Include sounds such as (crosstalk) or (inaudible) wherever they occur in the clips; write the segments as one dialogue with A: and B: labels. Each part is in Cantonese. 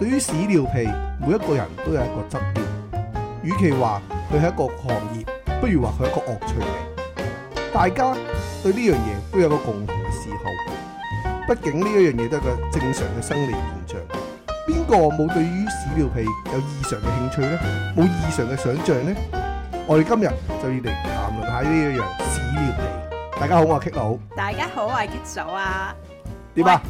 A: 於屎尿屁，每一個人都有一個側面。與其話佢係一個行業，不如話佢係一個惡趣味。大家對呢樣嘢都有個共同嘅嗜好。畢竟呢一樣嘢都係個正常嘅生理現象。邊個冇對於屎尿屁有異常嘅興趣呢？冇異常嘅想像呢？我哋今日就要嚟談論下呢一樣屎尿屁。大家好，我係 K 佬。
B: 大家好，我係 Kit 嫂啊！
A: 點啊？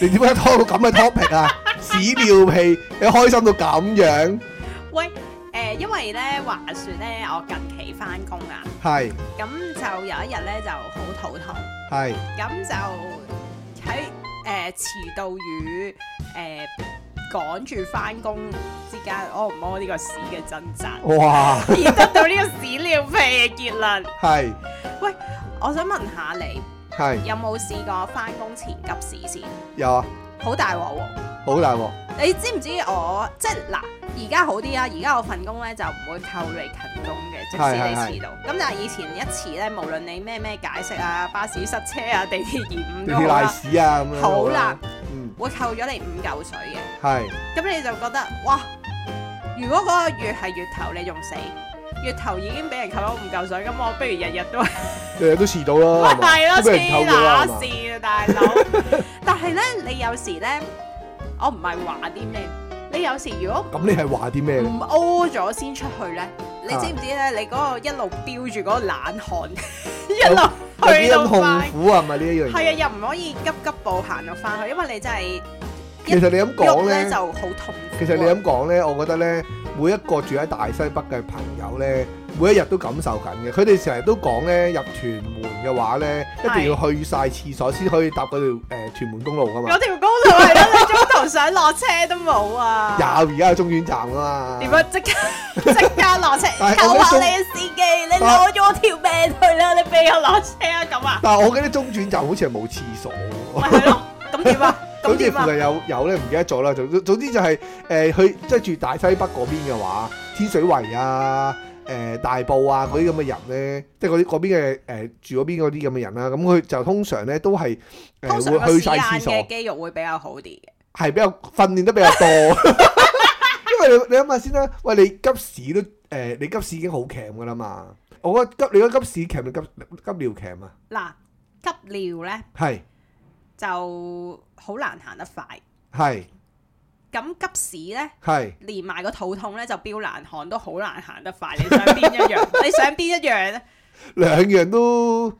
A: 你點解拖到咁嘅 topic 啊？屎尿屁，你開心到咁樣，
B: 喂，誒、因為咧話說咧，我近期翻工啊，
A: 係
B: 咁就有一日咧就好肚痛，
A: 係，
B: 咁就喺誒、遲到與誒、趕住翻工之間，屙唔屙呢個屎嘅掙扎
A: 哇，
B: 而得到呢個屎尿屁嘅結論。
A: 係
B: 我想問下你，
A: 係
B: 有冇試過翻工前急屎先？
A: 有啊，
B: 好大鑊喎！
A: 好大鑊，
B: 你知唔知我即係嗱，而家好啲啊！而家我份工咧就唔會扣你勤工嘅，即使你遲到。咁但係以前一遲咧，無論你咩咩解釋啊，巴士塞車啊，地鐵延誤
A: 地
B: 都好
A: 鐵賴
B: 啦，
A: 屎啊咁樣，
B: 好啦，
A: 嗯，
B: 會扣咗你五嚿水嘅。
A: 係
B: 咁你就覺得哇，如果嗰個月係月頭，你仲死。月頭已經俾人扣咗五嚿水，咁我不如日日
A: (laughs)
B: 都
A: 日日都遲到
B: (laughs)
A: 啦，係嘛
B: 係咯，
A: 都俾人
B: 黐
A: 扣咗啦，
B: 乸
A: 係嘛
B: 線啊，大佬！
A: (laughs)
B: 但係咧，你有時咧，我唔係話啲咩，你有時如果
A: 咁你係話啲咩咧？
B: 唔屙咗先出去咧，你
A: 嗯啊
B: 知唔知咧？你嗰個一路飆住嗰個冷汗， (laughs) 一路
A: 有幾
B: 去到
A: 咁痛
B: 快，
A: 苦啊？係咪呢一樣
B: 係啊，
A: 嘢？
B: 又唔可以急急步行到翻去，因為你真係
A: 其實你咁
B: 喐
A: 講
B: 咧
A: 咧
B: 就。好痛苦。啊
A: 其實你咁講呢，我覺得呢，每一個住喺大西北嘅朋友呢，每一日都感受緊嘅。佢哋成日都講呢，入屯門嘅話呢，一定要去晒廁所先可以搭嗰條誒屯門公路噶嘛
B: 嗰。條公路係咯，你中途想落車都冇啊！
A: 有而家有中轉站啊
B: 點
A: 嘛。
B: 啊？即刻即刻落車，
A: (laughs) 但係
B: 救
A: 我覺
B: 下
A: 得
B: 你嘅司機！你攞咗我條命去啦！你俾我落車啊！咁啊，
A: 但係我記得中轉站好似係冇廁所
B: 咪
A: 喎。
B: 係咯？咁點啊？
A: (laughs) 好
B: 咁
A: 似
B: 點啊
A: 附？近有有咧，唔記得咗啦。總總之就係、誒、去即係住大西北嗰邊嘅話，天水圍啊、誒、大埔啊嗰啲咁嘅人咧，即係嗰啲嗰邊嘅誒、住嗰邊嗰啲咁嘅人啦、咁佢就通常咧都係誒、
B: 通常個
A: 會去
B: 屎
A: 晒
B: 眼
A: 廁
B: 嘅
A: 所，
B: 肌肉會比較好啲嘅。
A: 係比較訓練得比較多。 (laughs) 因為你你諗下先啦，喂，你急屎都誒、你急屎已經好鉗㗎啦嘛。我覺得急你覺得急屎鉗定急急尿鉗啊？
B: 嗱，急尿咧
A: 係
B: 就好難行得快，
A: 係
B: 咁急屎咧，
A: 係。
B: 連埋個肚痛咧就飆冷汗都好難行得快。你想邊一
A: (laughs)
B: 樣？你想邊一樣咧？
A: 兩樣都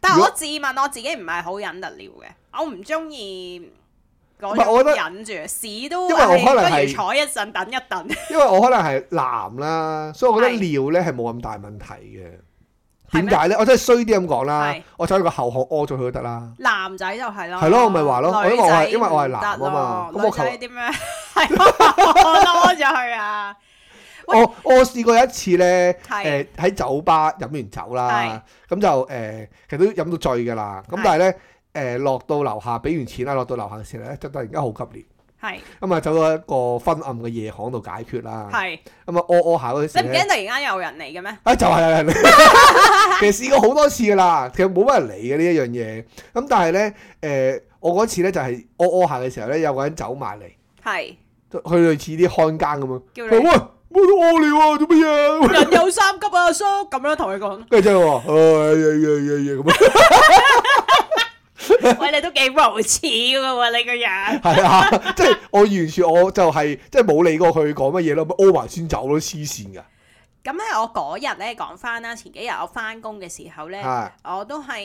B: 但係
A: 如
B: 我
A: 果
B: 自問我自己唔係好忍得了嘅，我唔中意嗰
A: 唔係我覺
B: 種
A: 得
B: 忍住屎都
A: 因為我
B: 係
A: 可能
B: 不如
A: 係
B: 坐一陣等一等。
A: 因為我可能係男啦，所以我覺得
B: 係
A: 尿咧係冇咁大問題嘅。
B: 係
A: 點
B: 咩
A: 解咧？我真係衰啲咁講啦
B: 係，
A: 我走去個後巷屙咗佢都得啦。
B: 男仔就係咯，
A: 係咯我咪話咯我因為我係
B: 女仔
A: 因為我係
B: 唔得
A: 男啊嘛
B: 咯
A: 咁我
B: 女
A: 求
B: 仔點樣 (laughs) 係我攞咗佢啊？喂
A: 我我試過有一次咧，
B: 係
A: 誒喺酒吧飲完酒啦，咁就誒其實都飲到醉㗎啦。咁
B: 係
A: 但係咧誒落到樓下俾完錢啦，落到樓下嘅時候咧，就突然間好急尿，
B: 係
A: 咁啊走咗一個昏暗嘅夜巷度解決啦。
B: 係，
A: 咁啊屙屙下嗰陣時
B: 你唔
A: 咧
B: 驚突然間有人嚟嘅咩？
A: 啊，就係、 (laughs) 其實試過好多次噶啦，其實冇乜人嚟嘅呢一樣嘢。咁但係咧，誒、我嗰次咧就係屙屙下嘅時候咧，有個人走埋嚟，
B: 係
A: 佢類似啲看更咁樣，
B: 叫
A: 佢
B: 你。
A: 話喂，冇屙尿啊，做乜嘢啊？
B: 人有三急啊，叔咁樣同佢講，
A: 跟住之後話，哎呀呀呀呀咁樣， (laughs)
B: 喂，你都幾無恥噶喎，你個人。
A: 係啊，即係我完全我就係、即係冇理過佢講乜嘢咯，咪屙埋先走咯，黐線㗎，
B: 咁咧，我嗰日咧講翻啦，前幾日我翻工嘅時候咧，
A: 係
B: 我都係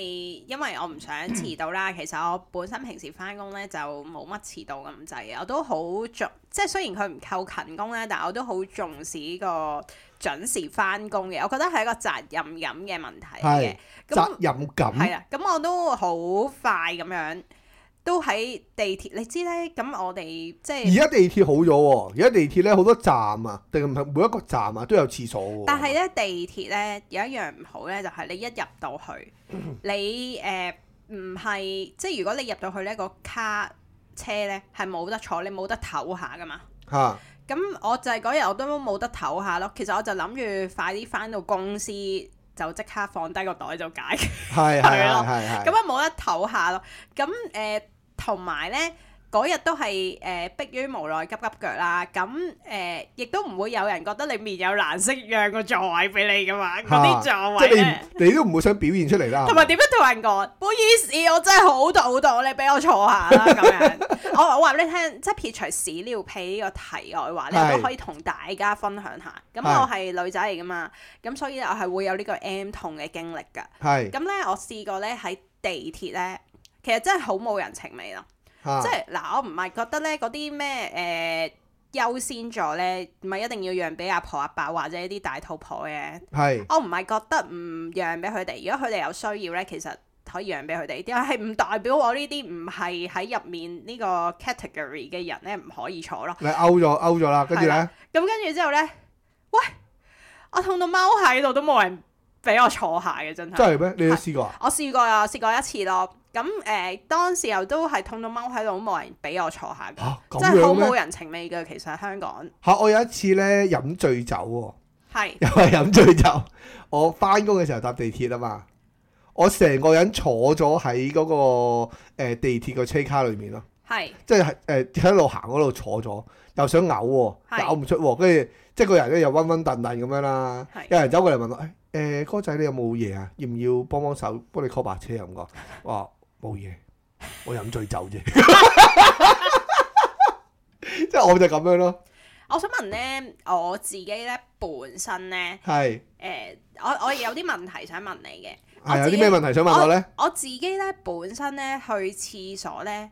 B: 因為我唔想遲到啦。其實我本身平時翻工咧就冇乜遲到咁滯啊嘅，我都好重，即係雖然佢唔扣勤工咧，但我都好重視個準時翻工嘅。我覺得係一個責任感嘅問題嘅
A: 係。
B: 咁
A: 責任
B: 係啊
A: 感，
B: 啦，咁我都好快咁樣，都喺地鐵。你知咧，咁我哋即
A: 而
B: 係，
A: 家地鐵好咗喎，而家地鐵咧好多站啊，定係唔係每一個站啊都有廁所喎。
B: 但係咧地鐵咧有一樣唔好咧，就係、你一入到
A: (laughs)
B: 去，你誒唔係即係如果你入到去呢個卡車咧係冇得坐，你冇得唞下噶嘛。
A: 嚇
B: 咁我就係嗰日我都冇得唞下咯。其實我就諗住快啲翻到公司就即刻放低個袋就解決
A: 係係
B: 係咯
A: 係係係。
B: 咁啊冇得唞下咯。咁誒同埋咧嗰日都係誒、呃迫於無奈急急腳啦，咁誒、呃亦都唔會有人覺得你面有難色讓個座位俾你噶 (laughs) 嘛，嗰啲座
A: 即
B: 位啊
A: 係你
B: 咧。
A: 你都唔會想表現出嚟啦。
B: 同埋點樣同人講？唔好意思，我真係好到到，你俾我坐下啦咁樣。 (laughs) 我我話俾你聽，即係撇除屎尿屁呢個題外話咧，
A: 係
B: 我都可以同大家分享下。咁
A: 係
B: 我係女仔嚟噶嘛，咁所以咧我係會有呢個 M 痛嘅經歷㗎。
A: 係
B: 咁咧我試過咧喺地鐵咧，其實真係好冇人情味咯。
A: 嚇
B: 即係嗱，我唔係覺得咧嗰啲咩誒優先座咧，唔係一定要讓俾阿婆阿伯或者啲大肚婆嘅。
A: 係
B: 我唔係覺得唔讓俾佢哋，如果佢哋有需要咧，其實可以讓俾佢哋。但係唔代表我呢啲唔係喺入面呢個 category 嘅人咧，唔可以坐咯。
A: 你勾咗勾咗啦，跟住
B: 係
A: 咧
B: 啦咁跟住之後咧，喂，我痛到踎喺度都冇人俾我坐下嘅，真係。
A: 真係咩？你都試過啊？
B: 我試過啊，試過一次咯。咁誒、呃，當時候都係痛到踎喺度，都冇人俾我坐下㗎，
A: 嚇
B: 真
A: 咁
B: 係好
A: 樣咩
B: 冇？人情味嘅。其實香港
A: 嚇！我有一次咧飲醉酒喎， (laughs)
B: 係
A: 又係飲醉酒。我翻工嘅時候搭地鐵啊嘛，我成個人坐咗喺嗰個呃地鐵個車卡裏面咯，
B: 係
A: 即係誒喺路行嗰度坐咗，又想嘔喎，
B: 係
A: 又嘔唔出喎，跟住即係個人咧又暈暈頓頓咁樣啦。
B: 係
A: 有人走過嚟問我：誒、誒哥仔你有冇嘢啊？要唔要幫幫手幫你 call 白車啊？咁
B: (laughs)
A: 講，我話冇嘢，我飲醉酒啫。 (laughs) 即係我就咁樣咯，
B: 我想問咧，我自己咧本身咧。
A: 係
B: 誒、我我有啲問題想問你嘅。
A: 係有
B: 我自啊
A: 啲
B: 己
A: 咩問題想問我咧？
B: 我自己咧本身咧去廁所咧，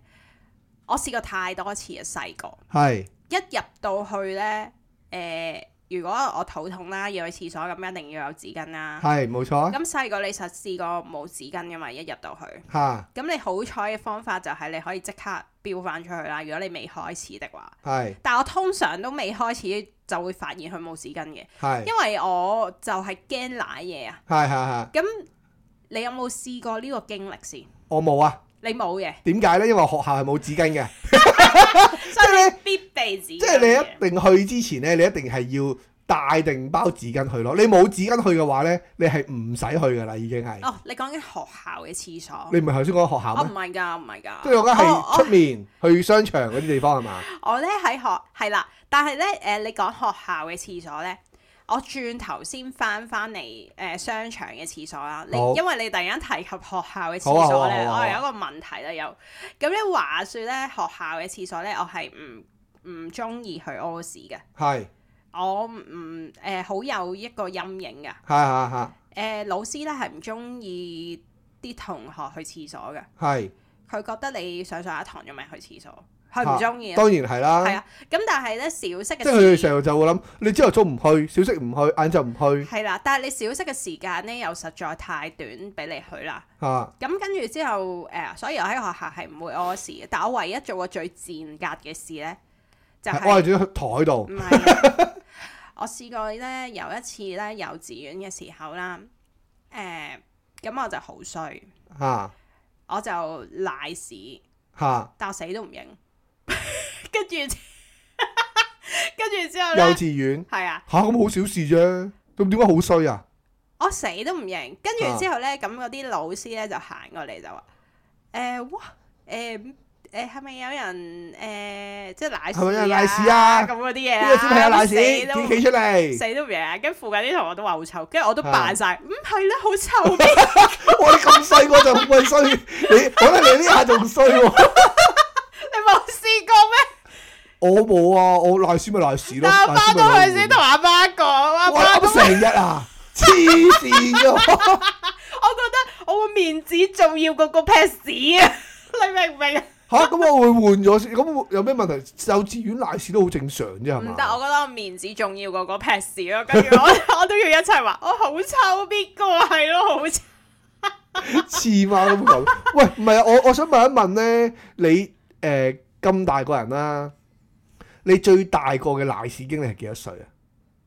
B: 我試過太多次啊，細個
A: 係
B: 一入到去咧，誒、如果我肚痛啦，要去廁所咁，一定要有紙巾啦。
A: 係冇錯啊
B: 咁細個你實試過冇紙巾噶嘛？一入到去，
A: 嚇
B: 咁你好彩嘅方法就係你可以即刻飆翻出去啦。如果你未開始的話，
A: 係
B: 但我通常都未開始就會發現佢冇紙巾嘅，
A: 係
B: 因為我就係驚瀨嘢啊。
A: 係係係，
B: 咁你有冇試過呢個經歷先？
A: 我冇啊。
B: 你冇嘅，
A: 點解咧？因為學校係冇紙巾嘅，
B: 所以你必備紙巾嘅。
A: 即係你一定去之前咧，你一定係要帶定包紙巾去咯。你冇紙巾去嘅話咧，你係唔使去噶啦，已經係。
B: 哦，你哦講緊學校嘅廁所。Oh
A: 你唔係頭先講學校
B: 我
A: 咩
B: 唔？係㗎，唔係㗎。
A: 即係我而家係
B: 我
A: 出面去商場嗰啲地方係嘛？
B: 我我咧喺學係啦，但係咧誒，你講學校嘅廁所咧，我轉頭先翻翻嚟誒商場嘅廁所啦。你
A: 好
B: 因為你突然間提及學校嘅廁
A: 好啊好
B: 所
A: 啊
B: 咧，
A: 好啊
B: 我
A: 好啊
B: 係有一個問題啦。又咁咧話説咧，學校嘅廁所咧，我係唔唔中意去屙屎嘅。
A: 係
B: 我唔誒好有一個陰影㗎。
A: 係係係
B: 誒、老師咧係唔中意啲同學去廁所嘅，
A: 係，
B: 佢覺得你上上一堂做咩去廁所，佢唔中意啊。
A: 當然係
B: 係
A: 啦。
B: 啊，咁但係咧小息嘅
A: 即係佢哋
B: 時
A: 成日就會諗，你朝頭早唔去，小息唔去，晏晝唔去
B: 係啦，但係你小息嘅時間咧又實在太短俾你去啦。
A: 嚇
B: 咁跟住之後誒、所以我喺學校係唔會屙屎嘅。但我唯一做過最賤格嘅事咧，就
A: 係 (laughs) 我
B: 係
A: 係住喺台度
B: 唔係
A: (laughs)
B: 啊我試過咧有一次咧幼稚園嘅時候啦，誒、咁我就好衰。
A: 嚇
B: 我就賴屎，
A: 嚇，
B: 但我死都唔認。 (laughs) 跟住，跟住之後
A: 幼
B: 咧，
A: 稚園
B: 係啊，
A: 嚇咁好小事啫，咁點解好衰啊？
B: 我死都唔認。跟住之後咧，咁嗰啲老師咧就行過嚟就話：誒、哇，誒、誒係咪有人誒、即係賴屎
A: 係咪有人賴屎
B: 啊？
A: 啊
B: 咁嗰啲
A: 呢
B: 嘢啊
A: 個小朋友賴屎，
B: 死
A: 自己
B: 都
A: 企出嚟，
B: 死都唔認啊！跟住附近啲同學都話好臭，跟住我都
A: 啊
B: 扮晒，唔係啦，好
A: (laughs)
B: 臭咩？
A: 我哋咁細個就好鬼衰，你可能你呢下仲衰喎。
B: 你冇試過咩？
A: 我冇啊，我賴屎咪賴屎咯，
B: 但我
A: 賴
B: 翻
A: 屎咪賴屎
B: 到去先同阿媽講，阿
A: 我
B: 媽咁
A: 諗成日啊，黐線㗎。
B: 我覺得我個面子重要過個 pass 啊！ (laughs) 你明唔明啊？
A: 吓咁我會換咗先，咁有咩問題？幼稚園賴屎都好正常啫，係
B: 唔
A: 嘛？
B: 得，我覺得我面子重要過個 pass 咯。跟住 (laughs) 我我都要一齊話，我哦好臭邊個啊係咯，好臭。
A: 黐孖咁咁。喂，唔係啊，我我想問一問咧，你誒咁、大個人啦、你最大個嘅賴屎經歷係幾多歲啊？
B: (laughs)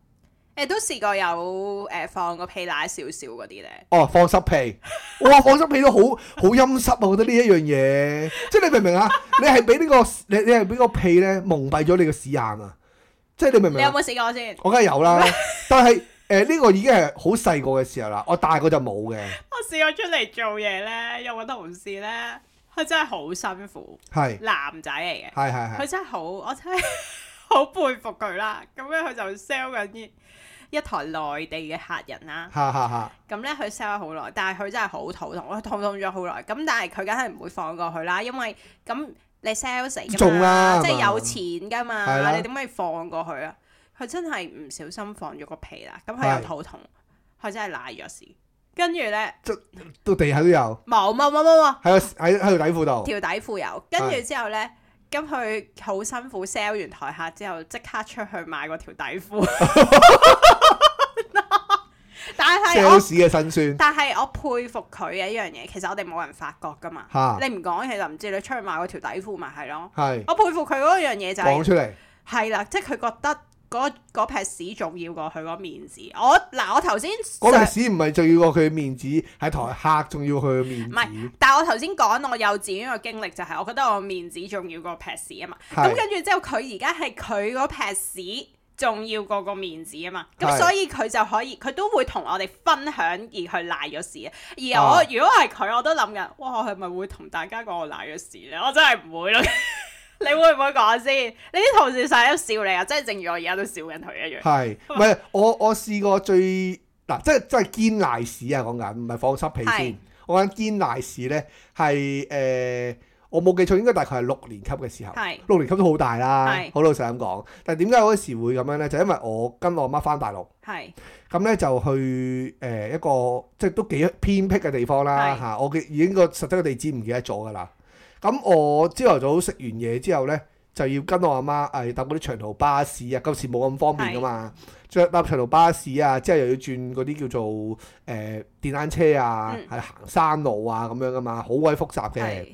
B: 誒都試過有誒、放個屁奶少少嗰啲咧，
A: 哦，放濕屁，哇！放濕屁都好好陰濕啊，我覺得呢一樣嘢，即係你明唔明啊？你係俾呢個你你係俾個屁咧蒙蔽咗你個屎眼啊！即係你明唔
B: 你
A: 明
B: 有
A: 啊？
B: 冇試過先？
A: 我梗係有啦，但係誒呢個已經係好細個嘅時候啦，我大個就冇嘅。
B: 我試過出嚟做嘢咧，有個同事咧，佢真係好辛苦，
A: 係
B: 男仔嚟嘅，
A: 係係
B: 佢
A: 係，
B: 真係好，我真係 (laughs) 好佩服佢啦。咁樣佢就 sell 緊一一台內地嘅客人啦。
A: 哈哈哈，
B: 咁咧佢 sell 咗好耐，但係佢真係好肚痛，佢肚痛咗好耐。咁但係佢梗係唔會放過佢啦，因為咁你 sell 死㗎
A: 中啦
B: 嘛，
A: 係
B: 即
A: 嘛
B: 係有錢
A: 係
B: 㗎
A: 啦
B: 嘛，你點可以放過佢啊？佢真係唔小心放咗個屁啦，咁佢
A: 係
B: 又肚痛，佢真係賴咗屎。跟住咧
A: 到地下都有，
B: 冇冇冇冇
A: 喺個喺喺條底褲
B: 冇
A: 度，
B: 條底褲有，跟住之後咧。咁佢好辛苦 sell 完台客之後，即刻出去買嗰條
A: (laughs)
B: 底褲。 (laughs) 但係我
A: sales 嘅辛
B: 但係我佩服佢嘅一樣嘢，其實我哋冇人發覺噶嘛。
A: 嚇
B: 你唔講，其實唔知你出去買嗰條底褲咪係咯。
A: 酸，係
B: 我佩服佢嗰樣嘢就
A: 嗯講
B: 係
A: 出嚟，
B: 係啦，即係佢覺得嗰嗰撇屎重要過佢個面子。我嗱，我頭先
A: 嗰
B: 上
A: 陣時唔係仲要過佢嘅面子，係台客仲要佢嘅面
B: 唔
A: 子，
B: 但係我頭先講我幼稚園嘅經歷就係，我覺得我面子重要過撇屎啊嘛。咁
A: 係
B: 跟住之後，佢而家係佢嗰撇屎重要過個面子啊嘛，咁
A: 係
B: 所以佢就可以，佢都會同我哋分享而佢賴咗屎啊。而我、
A: 啊
B: 如果係佢，我都諗緊，哇，我係咪會同大家講我賴咗屎咧？我真係唔會咯。 (laughs) 你會唔會講先？你啲同事成日都笑你啊，即係正如我而家都笑緊佢一樣。
A: 係，唔係我我試過最嗱，即係即係堅賴屎啊！講緊唔係放濕屁先
B: 係，
A: 我講堅賴屎咧係誒，我冇記錯應該大概係六年級嘅時候。
B: 係
A: 六年級都好大啦，
B: 係
A: 好老實咁講。但係點解嗰時會咁樣呢？就因為我跟我媽翻大陸，
B: 係
A: 咁呢就去誒、呃一個即係都幾偏僻嘅地方啦
B: 係
A: 嚇、我嘅已經個實質嘅地址唔記得咗㗎啦。咁我朝頭早食完嘢之後呢，就要跟我阿媽誒搭嗰啲長途巴士啊，嗰時冇咁方便㗎嘛，再搭長途巴士啊，之後又要轉嗰啲叫做誒、呃、電單車啊，係、
B: 嗯
A: 行山路啊咁樣㗎嘛，好鬼複雜嘅。
B: 係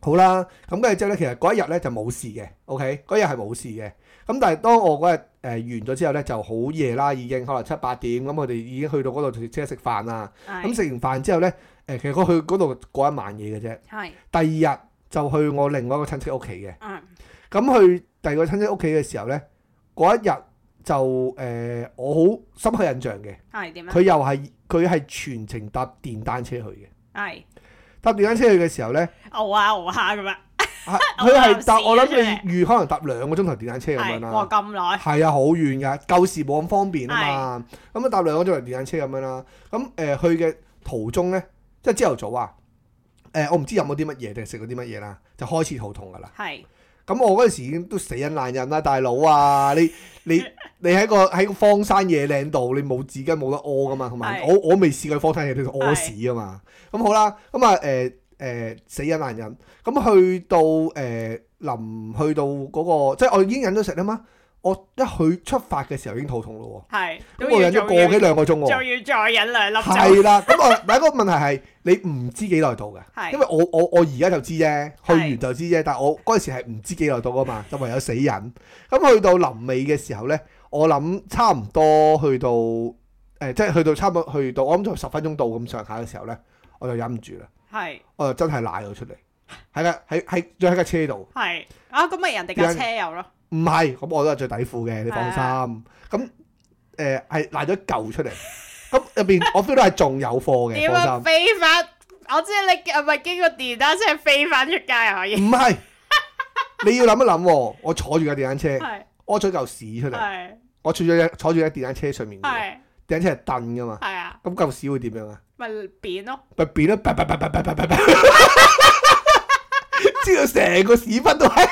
A: 好啦，咁跟住之後咧，其實嗰一日咧就冇事嘅，OK，嗰日係冇事嘅。咁但係當我嗰日誒呃完咗之後咧，就好夜啦，已經可能七八點，咁我哋已經去到嗰度即刻食飯啦。咁
B: 係
A: 食完飯之後咧，誒、呃其實我去嗰度嗰一晚嘢嘅啫。
B: 係
A: 第二日就去我另外一個親戚屋企嘅。
B: 嗯
A: 咁去第二個親戚屋企嘅時候咧，嗰一日就誒、呃我好深刻印象嘅，
B: 係點啊
A: 佢？又係佢係全程搭電單車去嘅。
B: 係哦
A: 搭電單車去嘅時候咧。
B: 熬下熬下咁啊！ (laughs)
A: 啊
B: 我
A: 佢係
B: 有
A: 搭
B: 試
A: 我
B: 啊
A: 諗
B: 出嚟
A: 你預可能搭兩個鐘頭電單車咁樣
B: 係哇
A: 啦，
B: 咁耐
A: 係啊好遠㗎，舊時冇咁方便啊嘛，咁啊搭兩個鐘頭電單車咁樣啦，咁誒、呃去嘅途中咧，即係朝頭早啊，誒、我唔知飲咗啲乜嘢定係食咗啲乜嘢啦，就開始肚痛㗎啦。
B: 係
A: 咁我嗰陣時已經都死人爛人啦，大佬啊！你你你喺個喺個荒山野嶺度，你冇紙巾冇得屙噶嘛，同埋
B: 係
A: 我我未試過荒山野嶺度屙屎啊嘛。咁好啦，咁啊誒誒死人爛人，咁去到誒、呃、臨去到嗰、個，即係我已經忍咗食啦嘛。我一去出發嘅時候已經肚痛咯
B: 係
A: 喎，咁我忍咗個幾兩個鐘
B: 仲
A: 喎。
B: 要再忍兩粒酒，
A: 係啦，咁 (laughs) 我第一個問題係你唔知幾耐到嘅。
B: 係
A: 因為我我我而家就知啫，去完就知啫，但係我嗰陣時係唔知幾耐到噶嘛，就唯有死忍。咁去到臨尾嘅時候咧，我諗差唔多去到誒、呃即係去到差唔多去到，我諗就十分鐘到咁上下嘅時候咧，我就忍唔住啦，
B: 係
A: 我就真係賴咗出嚟，喺架喺喺仲喺架車度，
B: 係啊，咁咪人哋架車有咯，
A: 唔係咁我都係着底褲嘅，你放
B: 係
A: 心。咁誒係賴咗一嚿出嚟，咁入邊我 feel 到係仲有貨嘅，
B: (laughs) 點啊
A: 放
B: 樣
A: 心。
B: 飛翻？我知你啊係咪經過電單車飛翻出街
A: (laughs)
B: 啊可以？
A: 唔係，你要諗一諗喎，我坐住架電單車。
B: 係
A: 屙咗嚿屎出嚟，
B: 係
A: 我坐咗一坐住喺電單車上面嘅喎，
B: 係
A: 電單車係蹬噶嘛，
B: 係啊，
A: 咁嚿屎會點樣啊？
B: 咪扁咯，
A: 咪變咗，啪啪啪啪啪啪啪啪，
B: (laughs)
A: 知道成個屎忽都係。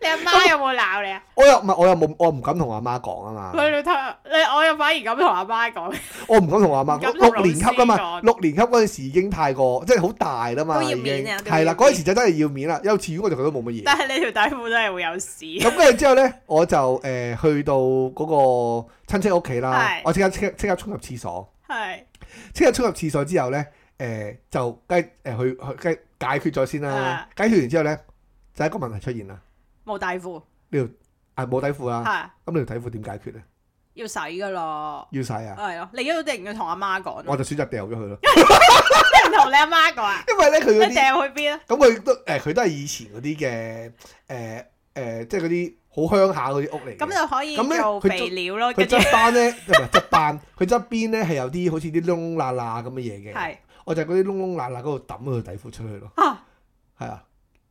B: 你阿媽有冇鬧你啊？
A: 我又唔係，我又冇，我唔敢同我阿媽講啊嘛，
B: 佢老豆，你我又反而咁同阿
A: (laughs)
B: 媽講，
A: 我唔敢同我阿媽講。
B: 唔敢
A: 六
B: 同
A: 六年級啊嘛，
B: 老師講
A: 六年級嗰陣時已經太過，即係好大啦嘛，
B: 都要
A: 已經
B: 面啊都要
A: 係啦，
B: 面
A: 嗰陣時就真係要面啦。幼稚園我就覺得冇乜嘢。
B: 但係你條底褲真係會有屎，
A: 咁跟住之後咧，我就誒去到嗰個親戚屋企啦
B: 係，
A: 我即刻即刻即刻衝入廁所。
B: 係
A: 即刻衝入廁所之後咧，誒、就梗係誒去去梗係解決咗先啦
B: 啊。
A: 解決完之後咧，就一個問題出現啦，
B: 冇底褲，
A: 係冇底褲啦。
B: 係
A: 咁你條底褲點解決咧？
B: 要洗噶咯，
A: 要洗啊！
B: 係咯，你一定要同阿媽講
A: 我
B: 咯，
A: 就選擇掉咗佢咯，
B: 你唔同你阿媽講啊？
A: 因為咧佢嗰
B: (laughs)
A: 啲
B: 你掉去邊啊？
A: 咁佢都誒佢都係以前嗰啲嘅誒誒，即係嗰啲好鄉下嗰啲屋嚟嘅。
B: 咁就可以
A: 咁咧
B: 做
A: 佢
B: 肥料咯，
A: 佢
B: 跟住
A: 側班咧，唔係側班，佢側邊咧係有啲好似啲窿罅罅咁嘅嘢嘅。
B: 係
A: 我就係嗰啲窿窿罅罅嗰度抌佢條底褲出去咯。
B: 啊，
A: 係啊，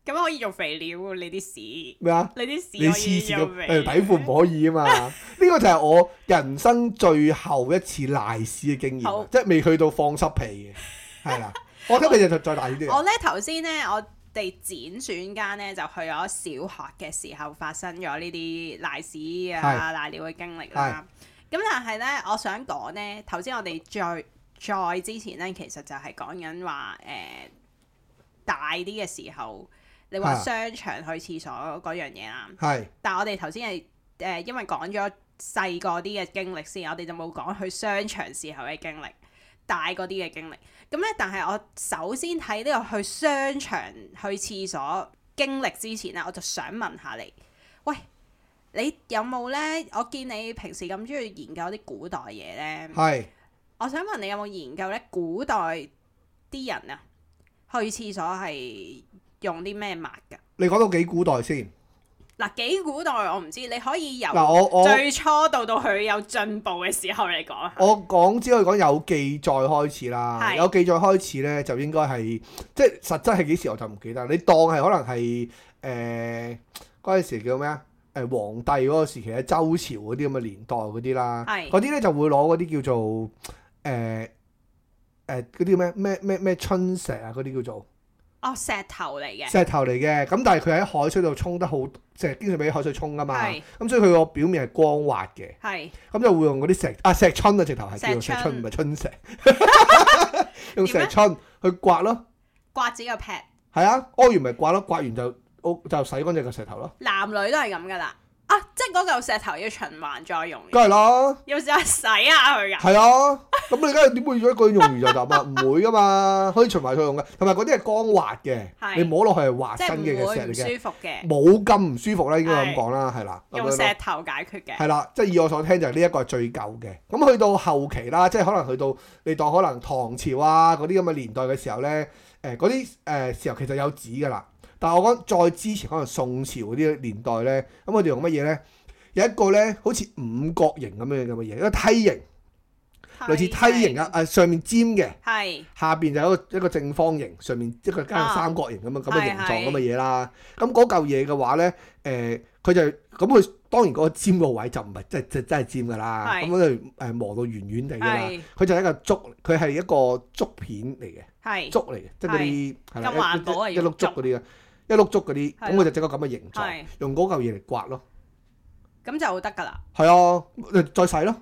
B: 咁可以做肥料喎，你啲屎，
A: 咩啊？
B: 你啲屎
A: 你
B: 可以
A: 黐線
B: 做
A: 嘅，
B: 肥
A: 誒底褲唔可以啊
B: (laughs)
A: 嘛！呢個就係我人生最後一次賴屎嘅經驗
B: 好
A: 啊，即係未去到放濕屁嘅，係啦。我覺得你就再大啲
B: 我
A: 啊，
B: 咧頭先咧，我哋剪選間咧就去咗小學嘅時候發生咗呢啲賴屎啊、
A: 係
B: 賴尿嘅經歷啦。咁但係咧，我想講咧，頭先我哋再再之前咧，其實就係講緊話誒大啲嘅時候，你話
A: 啊
B: 商場去廁所嗰樣嘢啦。
A: 係
B: 但係我哋頭先係誒，因為講咗細個啲嘅經歷先，我哋就冇講去商場時候嘅經歷，大嗰啲嘅經歷。咁咧，但係我首先喺呢個去商場去廁所經歷之前咧，我就想問下你，喂，你有冇咧？我見你平時咁中意研究啲古代嘢咧，
A: 係
B: 我想問你有冇研究咧古代啲人啊去廁所係用啲咩抹㗎？
A: 你講到幾古代先？
B: 嗱，幾古代我唔知，你可以由
A: 嗱，我我
B: 最初到到佢有進步嘅時候嚟講啊，
A: 我講只可以講有記載開始啦，
B: 係
A: 有記載開始咧就應該係即係實質係幾時我就唔記得。你當係可能係誒嗰陣時叫咩啊？誒皇帝嗰個時期咧，周朝嗰啲咁嘅年代嗰啲啦，
B: 係
A: 嗰啲咧就會攞嗰啲叫做誒誒嗰啲咩咩咩咩春石啊嗰啲叫做
B: 哦石頭嚟嘅，
A: 石頭嚟嘅，咁但係佢喺海水度沖得好，即係經常俾海水沖噶嘛，
B: 係
A: 咁所以佢個表面係光滑嘅。
B: 係
A: 咁就會用嗰啲石啊石春啊，直頭係叫做石
B: 石春啊
A: 春，唔係春
B: (laughs)
A: 石，用石春去刮咯，
B: 刮子個劈，
A: 係啊，屙完咪刮咯，刮完就哦就洗乾淨個石頭
B: (laughs)
A: 咯，
B: 男女都係咁噶啦。啊，即係嗰嚿石頭要循環再用嘅，
A: 梗係啦，
B: 要試下洗下佢噶。
A: 係啊，咁你梗係點會用一個用完就抌啊？ (laughs) 唔會噶嘛，可以循環再用嘅，同埋嗰啲係光滑嘅，
B: 係
A: 你摸落去係滑
B: 即
A: 身
B: 係
A: 嘅
B: 唔
A: 嘅
B: 會
A: 石
B: 唔
A: 嚟嘅，
B: 舒服嘅，
A: 冇咁唔舒服啦，應該咁
B: 係
A: 講啦，係啦，咁
B: 用
A: 樣
B: 石
A: 咯。
B: 頭解決嘅。
A: 係啦，即係以我所聽就係呢一個係最舊嘅。咁去到後期啦，即係可能去到你當可能唐朝啊嗰啲咁嘅年代嘅時候咧，誒嗰啲誒時候其實有紙㗎啦。但係我講再之前可能宋朝嗰啲年代咧，咁佢哋用乜嘢咧？有一個咧好似五角形咁樣咁嘅嘢，一個梯形，類似梯形啊，誒、上面尖嘅，
B: 係
A: 下邊就有一個一個正方形，上面一個加
B: 啊
A: 個三角形咁樣咁嘅
B: 係
A: 形狀
B: 係
A: 咁嘅嘢啦。咁嗰嚿嘢嘅話咧，誒、佢就咁佢當然嗰個尖個位就唔係即係即係真係尖噶啦，
B: 係
A: 咁佢就誒磨到圓圓地噶啦
B: 係。
A: 佢就係一個竹，佢係一個竹片嚟嘅，
B: 係
A: 竹嚟嘅，即係嗰啲係
B: 咁環保啊
A: 一一一
B: 用
A: 碌
B: 竹
A: 竹嗰啲啊，一碌竹嗰啲，
B: 係
A: 咁佢就整個咁嘅形狀，
B: 係，
A: 用嗰嚿嘢嚟刮咯。
B: 咁就得噶啦。
A: 係啊，再洗咯，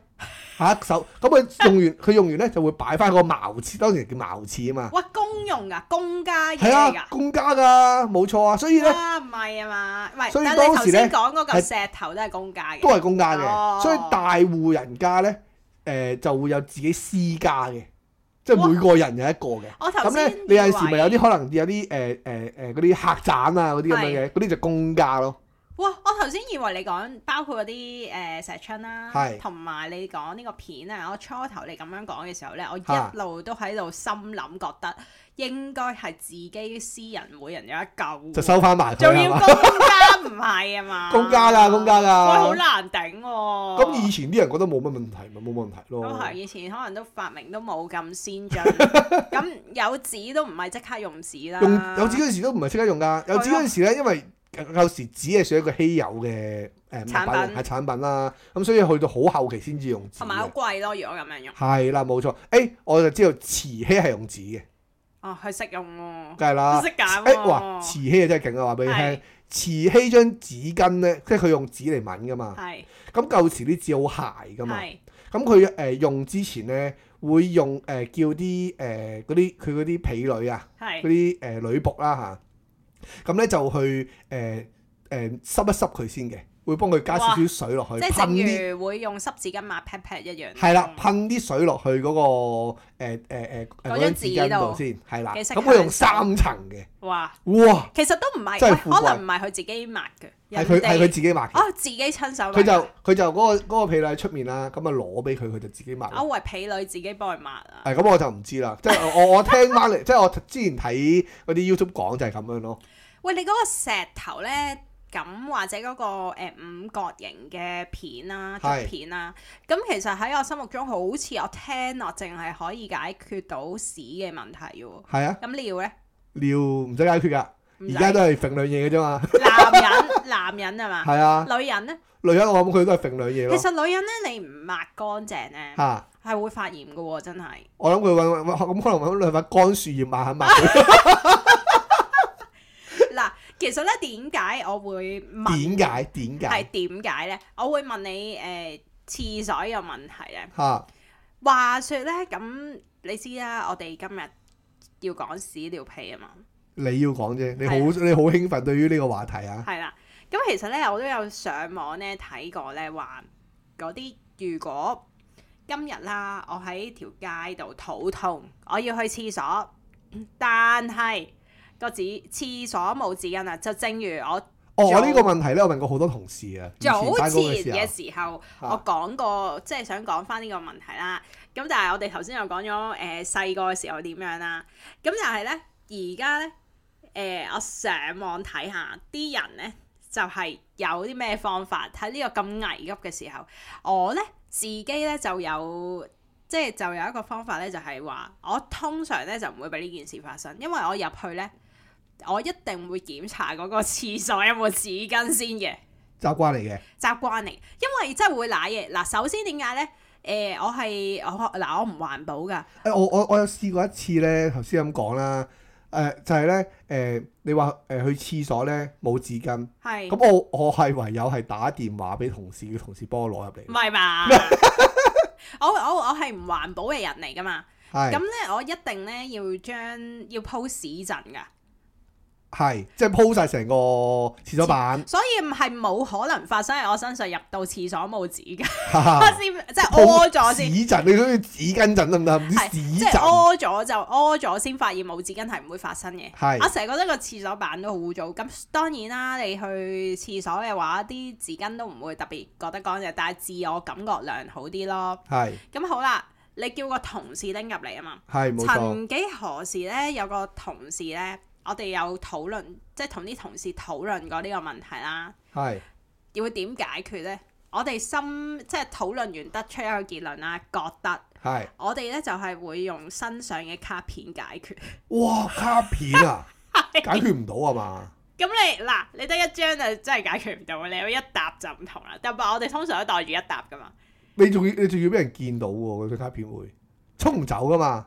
A: 下一手咁佢用完佢用完咧就會擺翻個茅廁，當時叫茅廁啊嘛。
B: 哇，公用噶，公家嘢
A: 係
B: 嚟
A: 啊，
B: 噶。
A: 公家㗎，冇錯啊，所以咧
B: 啊，唔係啊嘛，喂，
A: 所以
B: 但係
A: 當
B: 你頭
A: 時呢
B: 先講嗰嚿石頭都係公家嘅，
A: 都係公家嘅，
B: 哦
A: 所以大戶人家咧，誒、就會有自己私家嘅，即係每個人有一個嘅。
B: 我頭
A: 咁
B: 先
A: 咧，你有陣時咪有
B: 以為
A: 啲可能有啲誒誒誒嗰啲客棧啊嗰啲咁樣嘅，嗰啲就公家咯。
B: 哇！我頭先以為你講包括嗰啲誒石春啦、
A: 係
B: 同埋你講呢個片啊。我初頭你咁樣講嘅時候咧，我
A: 啊
B: 一路都喺度心諗，覺得應該係自己私人每人有一嚿，
A: 就收翻埋佢啊
B: 仲
A: 係
B: 嗯要
A: 嘛？
B: 公家唔係啊
A: (laughs)
B: 嘛？
A: 公家㗎公家㗎
B: 喂，好難頂喎、
A: 咁以前啲人覺得冇乜問題，咪冇問題咯。
B: 咁係以前可能都發明都冇咁先進，
A: (laughs)
B: 咁有紙都唔係即刻用啊紙啦，
A: 用有紙嗰陣時都唔係即刻用㗎，有紙嗰陣時咧，因為有時紙係屬於一個稀有嘅誒物品
B: 產品
A: 係產品啦，咁所以去到好後期先至用紙嘅。
B: 同埋好貴咯。如果咁樣用，
A: 係啦，冇錯。誒、我就知道慈禧係用紙嘅，
B: 哦，佢識用喎，
A: 梗係啦。
B: 識揀
A: 啊誒，哇！
B: 喎，
A: 慈禧啊真係勁啊，話俾你
B: 係
A: 聽。慈禧張紙巾咧，即係佢用紙嚟抿噶嘛。
B: 係
A: 咁舊時啲紙好鞋噶嘛。
B: 係
A: 咁佢誒用之前咧，會用誒、呃叫啲誒嗰啲佢嗰啲婢女啊，嗰
B: 係
A: 啲誒女仆啦吓，咁咧就去誒誒濕一濕佢先嘅，會幫佢加少少水落去，
B: 即係嗯
A: 噴啲。
B: 正如會用濕紙巾抹 pat pat 一樣，
A: 係啦，噴啲水落去嗰、個誒誒誒嗰
B: 嗰張
A: 張
B: 紙
A: 紙
B: 度
A: 巾度先，係啦。
B: 幾識
A: 咁佢用
B: 享
A: 三層嘅，
B: 哇，
A: 哇！
B: 其實都唔係，
A: 真係
B: 喂
A: 富
B: 可
A: 貴
B: 能唔係佢自己抹嘅，
A: 係
B: 人
A: 佢係佢
B: 哋
A: 自己抹嘅，
B: 哦自己親手抹
A: 佢
B: 㗎，
A: 就佢就嗰、個嗰、個婢女喺出面啦，咁啊攞俾佢，佢就自己抹啦。
B: 我為婢女自己幫佢抹啊，
A: 係咁我就唔知啦，即係我我我聽翻嚟，即係我之前睇嗰啲 YouTube 講就係咁樣咯。
B: 喂你嗰個石頭咧感或者嗰、個、呃、五角形嘅片啦、竹
A: 係
B: 片啦，咁其實喺我心目中好似我聽落淨係可以解決到屎嘅問題喎。
A: 係啊，
B: 咁尿咧，
A: 尿唔使解決噶，
B: 唔
A: 而
B: 使
A: 家都係揈兩嘢嘅啫嘛。
B: 男人男人係嘛？
A: 係啊，
B: 女人咧，
A: 女人我諗佢都係揈兩嘢咯。
B: 其實女人咧，你唔抹乾淨咧，
A: 嚇，
B: 係會發炎嘅喎，真係。 (laughs)
A: 我諗佢揾揾咁可能揾兩塊乾樹葉抹下抹佢。
B: 嗱，其實咧點解我會問
A: 點解？點解？
B: 係點解咧？我會問你誒、呃、廁所有問題咧。
A: 嚇，
B: 話說咧，咁你知啦，我哋今日要講屎尿屁啊嘛，
A: 你要講啫，你好
B: 係
A: 你好興奮對於呢個話題啊。
B: 係啦。咁其實咧，我都有上網咧睇過咧，話嗰啲如果今日啦，我喺條街度肚痛，我要去廁所，但係個紙廁所冇紙巾啊，就正如我
A: 哦，
B: 早
A: 我呢個問題咧，我問過好多同事啊，以前
B: 早
A: 翻工
B: 前
A: 嘅時候啊
B: 嘅。時候，我講過，即係想講翻呢個問題啦。咁但係我哋頭先又講咗誒細個嘅時候點樣啦。咁但係咧，而家咧誒，我上網睇下啲人咧，就係、有啲咩方法喺呢個咁危急嘅時候，我咧自己咧就有。即係就有一個方法咧，就係話我通常咧就唔會俾呢件事發生，因為我入去咧，我一定會檢查嗰個廁所有冇紙巾先嘅。
A: 習慣嚟嘅，
B: 習慣嚟，因為真係會舐嘢。嗱，首先點解咧？誒、我係我嗱，我唔環保噶，
A: 誒我我我有試過一次咧，頭先咁講啦，誒、就係咧誒，你話誒、去廁所咧冇紙巾，
B: 係
A: 咁我我係唯有係打電話俾同事，叫同事幫我攞入
B: 唔
A: 嚟，
B: 係嘛？我我我係唔環保嘅人嚟噶嘛，咁
A: 係
B: 咧我一定咧要將要鋪屎陣噶，
A: 係即係鋪晒成個廁所
B: (laughs)
A: 板， (laughs)
B: 所以唔係冇可能發生喺我身上入到廁所冇紙巾
A: 哈哈
B: (laughs) 先，即係屙咗先，
A: 屎陣，你都要紙巾陣得唔得？唔知
B: 係
A: 屎
B: 即係
A: 陣
B: 屙咗就屙咗先發現冇紙巾係唔會發生嘅。我
A: 係
B: 成日覺得個廁所板都好污糟，咁當然啦，你去廁所嘅話，啲紙巾都唔會特別覺得乾淨，但係自我感覺良好啲咯。
A: 係
B: 咁好啦，你叫個同事拎入嚟啊嘛。
A: 係冇錯，
B: 曾幾何時呢？有個同事呢，我哋有討論，即係同啲同事討論過呢個問題啦，
A: 係
B: 要點解決呢？我哋心即係討論完得出一個結論啦，覺得
A: 係
B: 我哋呢就係會用身上嘅卡片解決。
A: 哇卡片
B: (laughs)
A: 啊，解決唔到啊嘛，
B: 咁你嗱，你得一張就真係解決唔到，你有一沓就唔同啦。特別我哋通常都袋住一沓噶
A: (laughs)
B: 嘛，
A: 你仲要你仲要俾人見到喎，佢張卡片會沖唔走噶嘛，